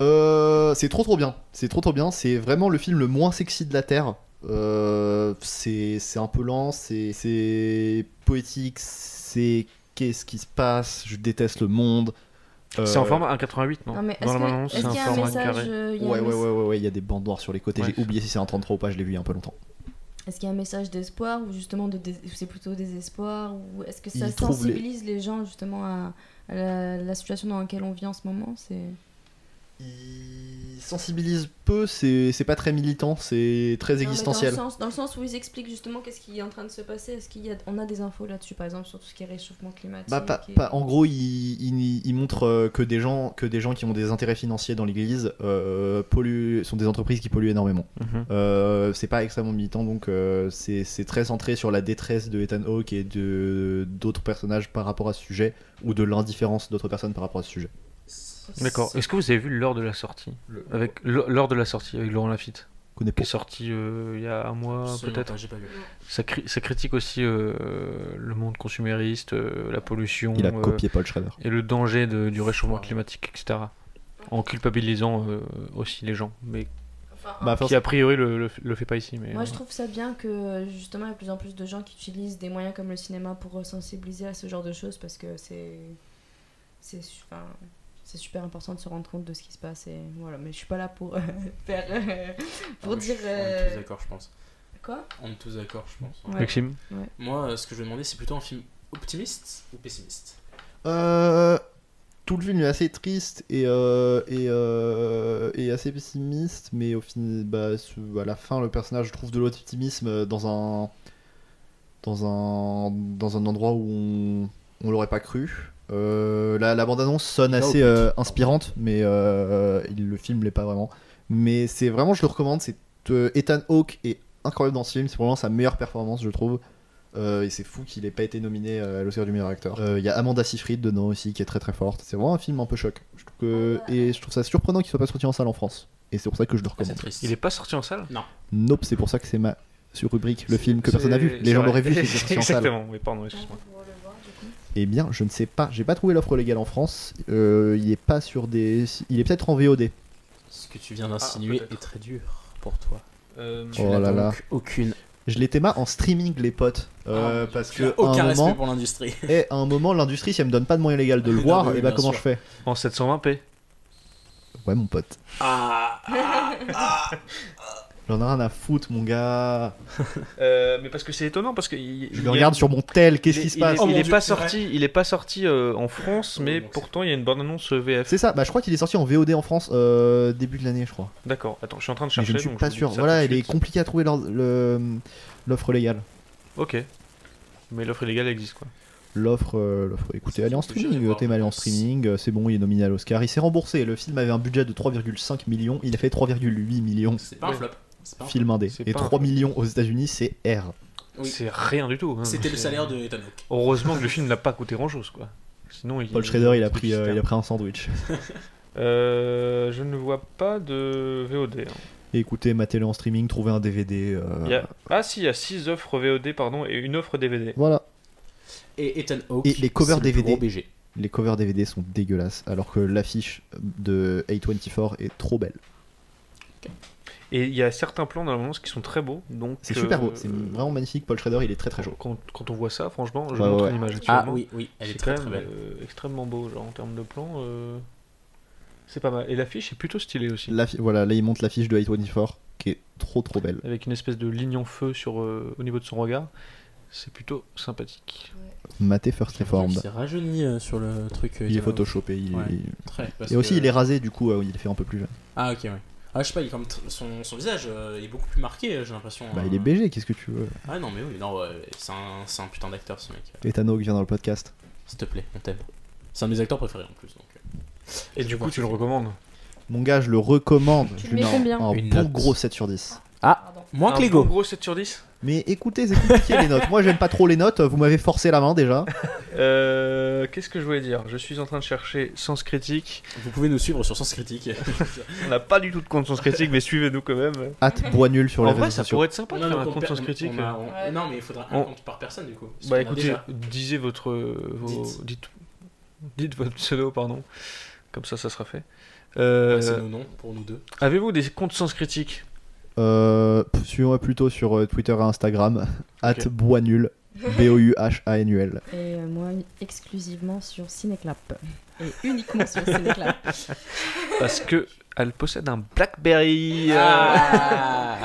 S10: Euh, c'est trop trop bien, c'est trop trop bien, c'est vraiment le film le moins sexy de la Terre. Euh, c'est c'est un peu lent, c'est- c'est poétique, c'est qu'est-ce qui se passe, je déteste le monde. Euh,
S13: C'est en format 1,88, non,
S8: Non, mais est-ce
S13: Dans la
S8: que-
S13: bande-annonce,
S8: est-ce
S13: c'est un
S8: qu'il y a un
S13: format
S8: message,
S13: carré.
S8: euh, il y a un
S10: Ouais, ouais, ouais,
S8: mess-
S10: ouais, ouais, il y a des bandes noires sur les côtés.
S13: Ouais.
S10: J'ai oublié si c'est un 33 ou pas, je l'ai vu il y a un peu longtemps.
S8: Est-ce qu'il y a un message d'espoir ou justement de dés- ou c'est plutôt désespoir ou est-ce que ça
S10: Il trouve les-
S8: sensibilise les... gens justement à, à la, la situation dans laquelle on vit en ce moment C'est
S10: Ils sensibilisent peu, c'est c'est pas très militant, c'est très
S8: Non, mais
S10: existentiel.
S8: Dans le, sens, dans le sens où ils expliquent justement qu'est-ce qui est en train de se passer. Est-ce qu'il y a, on a des infos là-dessus, par exemple, sur tout ce qui est réchauffement climatique
S10: Bah, pas-
S8: et-
S10: pas- en gros, ils il, montrent euh, que des gens que des gens qui ont des intérêts financiers dans l'Église euh, polluent- sont des entreprises qui polluent énormément.
S13: Mhm.
S10: Euh, c'est pas extrêmement militant, donc euh, c'est c'est très centré sur la détresse de Ethan Hawke et de d'autres personnages par rapport à ce sujet ou de l'indifférence d'autres personnes par rapport à ce sujet.
S13: D'accord. Est-ce que vous avez vu l'heure de la sortie
S9: Le-
S13: Avec l'heure l'heure de la sortie avec Laurent Lafitte.
S10: Connais
S13: Qui est sorti euh, il y a un mois
S9: Absolument
S13: peut-être.
S9: pas, j'ai pas vu.
S13: Ça, cri- ça critique aussi euh, le monde consumériste, euh, la pollution.
S10: Il a
S13: euh,
S10: copié Paul Schrader.
S13: Et le danger de- du réchauffement climatique, etc. En culpabilisant euh, aussi les gens, mais
S10: Bah,
S13: qui a priori le, le, le fait pas ici.
S9: hein.
S13: Mais
S8: Moi,
S13: euh,
S8: je trouve ça bien que justement, il y a de plus en plus de gens qui utilisent des moyens comme le cinéma pour sensibiliser à ce genre de choses parce que c'est c'est su- enfin, c'est super important de se rendre compte de ce qui se passe et voilà. Mais je suis pas là pour euh, [laughs] faire euh, pour
S9: Ah, mais je-
S8: dire.
S9: On est tous
S8: euh,
S9: d'accord, je pense.
S8: Quoi
S9: On est tous d'accord, je pense.
S8: Ouais. Maxime Ouais.
S9: Moi, euh, ce que je vais demander, c'est plutôt un film optimiste ou pessimiste
S10: Euh, tout le film est assez triste et, euh, et, euh, et assez pessimiste, mais au final, bah, ce- à la fin, le personnage trouve de l'optimisme euh, dans un, dans un, dans un endroit où on, on l'aurait pas cru. Euh, la, la bande-annonce sonne
S9: Il va au
S10: assez
S9: but.
S10: euh, inspirante, mais euh, il- le film l'est pas vraiment. Mais c'est vraiment, je le recommande. C'est euh, Ethan Hawke est incroyable dans ce film. C'est probablement sa meilleure performance, je trouve. Euh, et c'est fou qu'il ait pas été nominé euh, à l'Oscar du meilleur acteur. Euh, Il y a Amanda Seyfried dedans aussi qui est très très forte. C'est vraiment un film un peu choc. Je trouve que... Et je trouve ça surprenant qu'il soit pas sorti en salle en France. Et c'est pour ça que
S9: Ah,
S10: je le recommande.
S13: Oh, Il est pas sorti en salle
S9: Non.
S10: Nope, c'est pour ça que c'est ma sur rubrique le film que personne n'a vu.
S13: C'est-
S10: Les gens
S13: c'est [laughs]
S10: l'auraient
S13: vrai.
S10: vu. s'il était sorti en salle.
S13: Exactement, oui, pardon, excuse-moi.
S10: Eh bien, je ne sais pas. J'ai pas trouvé l'offre légale en France. Euh, il est pas sur des. Il est peut-être en VOD.
S9: Ce que tu viens
S13: Ah,
S9: d'insinuer est très dur pour toi. Tu
S10: Oh
S9: n'as
S10: là
S9: donc
S10: là.
S9: aucune.
S10: Je les théma en streaming, les potes. Euh,
S9: Ah,
S10: parce
S9: tu
S10: que.
S9: n'as
S10: à
S9: aucun
S10: un
S9: respect
S10: moment-
S9: pour l'industrie. [laughs]
S10: Eh, à un moment, l'industrie, si elle me donne pas de moyen légal de le
S9: Non,
S10: voir,
S9: oui,
S10: et bah
S9: bien
S10: comment
S9: sûr.
S10: je fais
S13: En 720p.
S10: Ouais, mon pote.
S9: Ah,
S10: J'en ai rien à foutre, mon gars.
S13: Euh, mais parce que c'est étonnant parce que il- il
S10: Je le
S13: y a-
S10: regarde sur mon tel, qu'est-ce
S13: il est-
S10: qui se
S13: il est-
S10: passe
S13: Il
S10: Oh mon
S13: est
S10: Dieu,
S13: pas
S10: c'est
S13: sorti, il est pas sorti euh, en France,
S9: Oh,
S13: mais pourtant il y a une E bande annonce VF.
S10: C'est ça, bah je crois qu'il est sorti en VOD en France euh, début de l'année, je crois.
S13: D'accord. Attends, je suis en train de
S10: Mais
S13: chercher.
S10: je ne suis
S13: donc
S10: pas
S13: vous dis
S10: sûr.
S13: ça
S10: Voilà,
S13: tout de
S10: il est
S13: suite.
S10: compliqué à trouver l'or- le- l'offre légale.
S13: Ok. Mais l'offre illégale existe quoi.
S10: L'offre, euh, l'offre. Écoutez, allez en streaming, euh, Théma allez en streaming, euh, c'est bon, il est nominé à l'Oscar. Il s'est remboursé, le film avait un budget de 3,5 millions, il a fait 3,8 millions.
S9: C'est pas un flop. C'est pas un
S10: Film
S9: flop.
S10: indé.
S9: C'est
S10: Et
S9: pas un
S10: 3
S9: flop.
S10: millions aux États-Unis, c'est R.
S9: Oui.
S13: C'est rien du
S2: Ah,
S13: tout. hein.
S9: C'était le
S13: C'est-
S2: euh,
S9: salaire de Ethan Hawke.
S13: Heureusement que le film n'a pas coûté grand chose quoi. Sinon, il...
S10: Paul Schrader, il a pris, euh, il a pris un sandwich.
S13: Euh, je ne vois pas de VOD. hein.
S10: écoutez, matez-le en streaming, trouvez un DVD. euh,
S13: Il y a- Ah si, il y a 6 offres VOD pardon, et une offre DVD.
S10: Voilà.
S9: Et Ethan Hawke.
S10: Et les covers
S9: c'est le plus
S10: DVD.
S9: gros BG.
S10: Les covers DVD sont dégueulasses, alors que l'affiche de A24 est trop belle.
S13: Et il y a certains plans dans l'annonce qui sont très beaux. donc
S10: C'est
S13: euh,
S10: super beau, c'est vraiment magnifique. Paul Schrader, il est très très chaud.
S13: Quand, on voit ça, franchement, je
S10: Ouais,
S13: montre
S10: ouais.
S13: une image
S10: Ah,
S13: actuellement.
S10: oui, oui, elle est
S13: C'est
S10: très,
S13: quand
S10: très
S13: même, euh, extrêmement beau, genre en termes de plan. euh, C'est pas mal. Et l'affiche est plutôt stylée aussi.
S10: L'affi- Voilà, là il monte l'affiche de A24 qui est trop trop belle.
S13: Avec une espèce de ligne en feu sur, euh, au niveau de son regard. C'est plutôt sympathique.
S10: Maté First
S13: Reformed.
S10: Reformed.
S2: C'est rajeuni euh, sur le truc. euh,
S10: Il est
S2: Ethan Hawke.
S10: photoshopé. il-
S2: Ouais,
S10: il-
S2: très, parce
S10: Et aussi,
S2: que-
S10: il est rasé du coup, euh, il est fait un peu plus jeune.
S2: Ah, ok, ouais. Ah, je sais pas, il est comme tr- son, son visage euh, est beaucoup plus marqué, euh, j'ai l'impression.
S10: Bah,
S2: hein.
S10: il est BG, qu'est-ce que tu veux
S2: Ah, non, mais oui, non, ouais, c'est un, c'est un putain d'acteur ce mec.
S10: Ethan Hawke vient dans le podcast.
S2: S'il te plaît, on t'aime. C'est un de mes acteurs préférés en plus. Donc, euh.
S13: Et du coup, tu le recommandes
S10: Mon gars, je le recommande.
S2: Tu
S10: Je
S2: le mets
S10: lui mets un-
S2: combien
S10: un
S2: Une
S10: bon
S2: note.
S10: gros 7 sur 10.
S2: Ah, moins
S13: Un
S2: que l'ego.
S13: bon gros 7 sur 10
S10: Mais écoutez, c'est compliqué les notes. Moi, j'aime pas trop les notes. Vous m'avez forcé la main déjà.
S13: Euh, Qu'est-ce que je voulais dire Je suis en train de chercher Sens Critique.
S2: Vous pouvez nous suivre sur Sens Critique.
S13: On n'a pas du tout de compte Sens Critique, mais suivez-nous quand même.
S10: Hâte bois nul sur les
S13: En vrai,
S10: réseaux
S13: ça
S10: sociaux.
S13: pourrait être sympa de
S2: Non,
S13: faire
S2: donc
S13: un
S2: on
S13: compte
S2: perd-
S13: Sens Critique.
S2: on
S13: euh.
S2: a- on- Ouais, non, mais il faudra un
S13: On-
S2: compte par personne, du coup, parce qu'on
S13: Bah
S2: a
S13: écoutez,
S2: déjà.
S13: disez votre. vos-
S2: Dites.
S13: dites. dites votre pseudo, pardon. Comme ça, ça sera fait. Euh,
S2: Ouais, c'est nos noms, pour nous deux.
S13: Avez-vous des comptes Sens Critique
S10: Euh, pff, Suivez-moi plutôt sur euh, Twitter et Instagram. Hâte bois nul. B-O-U-H-A-N-U-L.
S8: Et euh, moi, exclusivement sur Cinéclap. Et uniquement sur Cinéclap.
S13: Parce que elle possède un Blackberry. euh.
S2: Ah.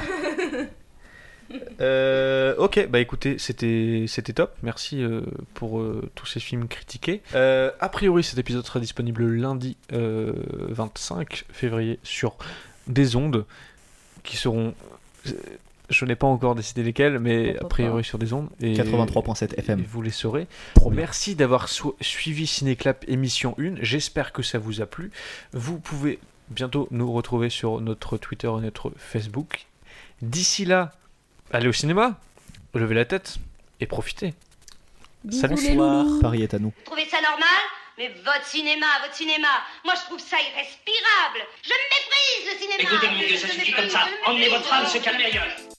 S13: Euh, ok, bah écoutez, c'était c'était top. Merci euh, pour euh, tous ces films critiqués. Euh, a priori, cet épisode sera disponible lundi euh, 25 février sur des ondes qui seront. euh, Je n'ai pas encore décidé lesquelles, mais a priori sur des ondes. Et
S10: 83.7 FM.
S13: et vous les saurez. Merci d'avoir so- suivi Cinéclap émission 1. J'espère que ça vous a plu. Vous pouvez bientôt nous retrouver sur notre Twitter et notre Facebook. D'ici là, allez au cinéma, levez la tête et profitez.
S10: Bisous
S13: Salut.
S10: les loulous. Paris est à nous.
S12: trouvez ça normal Mais votre cinéma, votre cinéma Moi, je trouve ça irrespirable Je méprise le cinéma
S23: Écoutez, mon vieux, ça suffit comme ça. Emmenez votre âme se calmer ailleurs.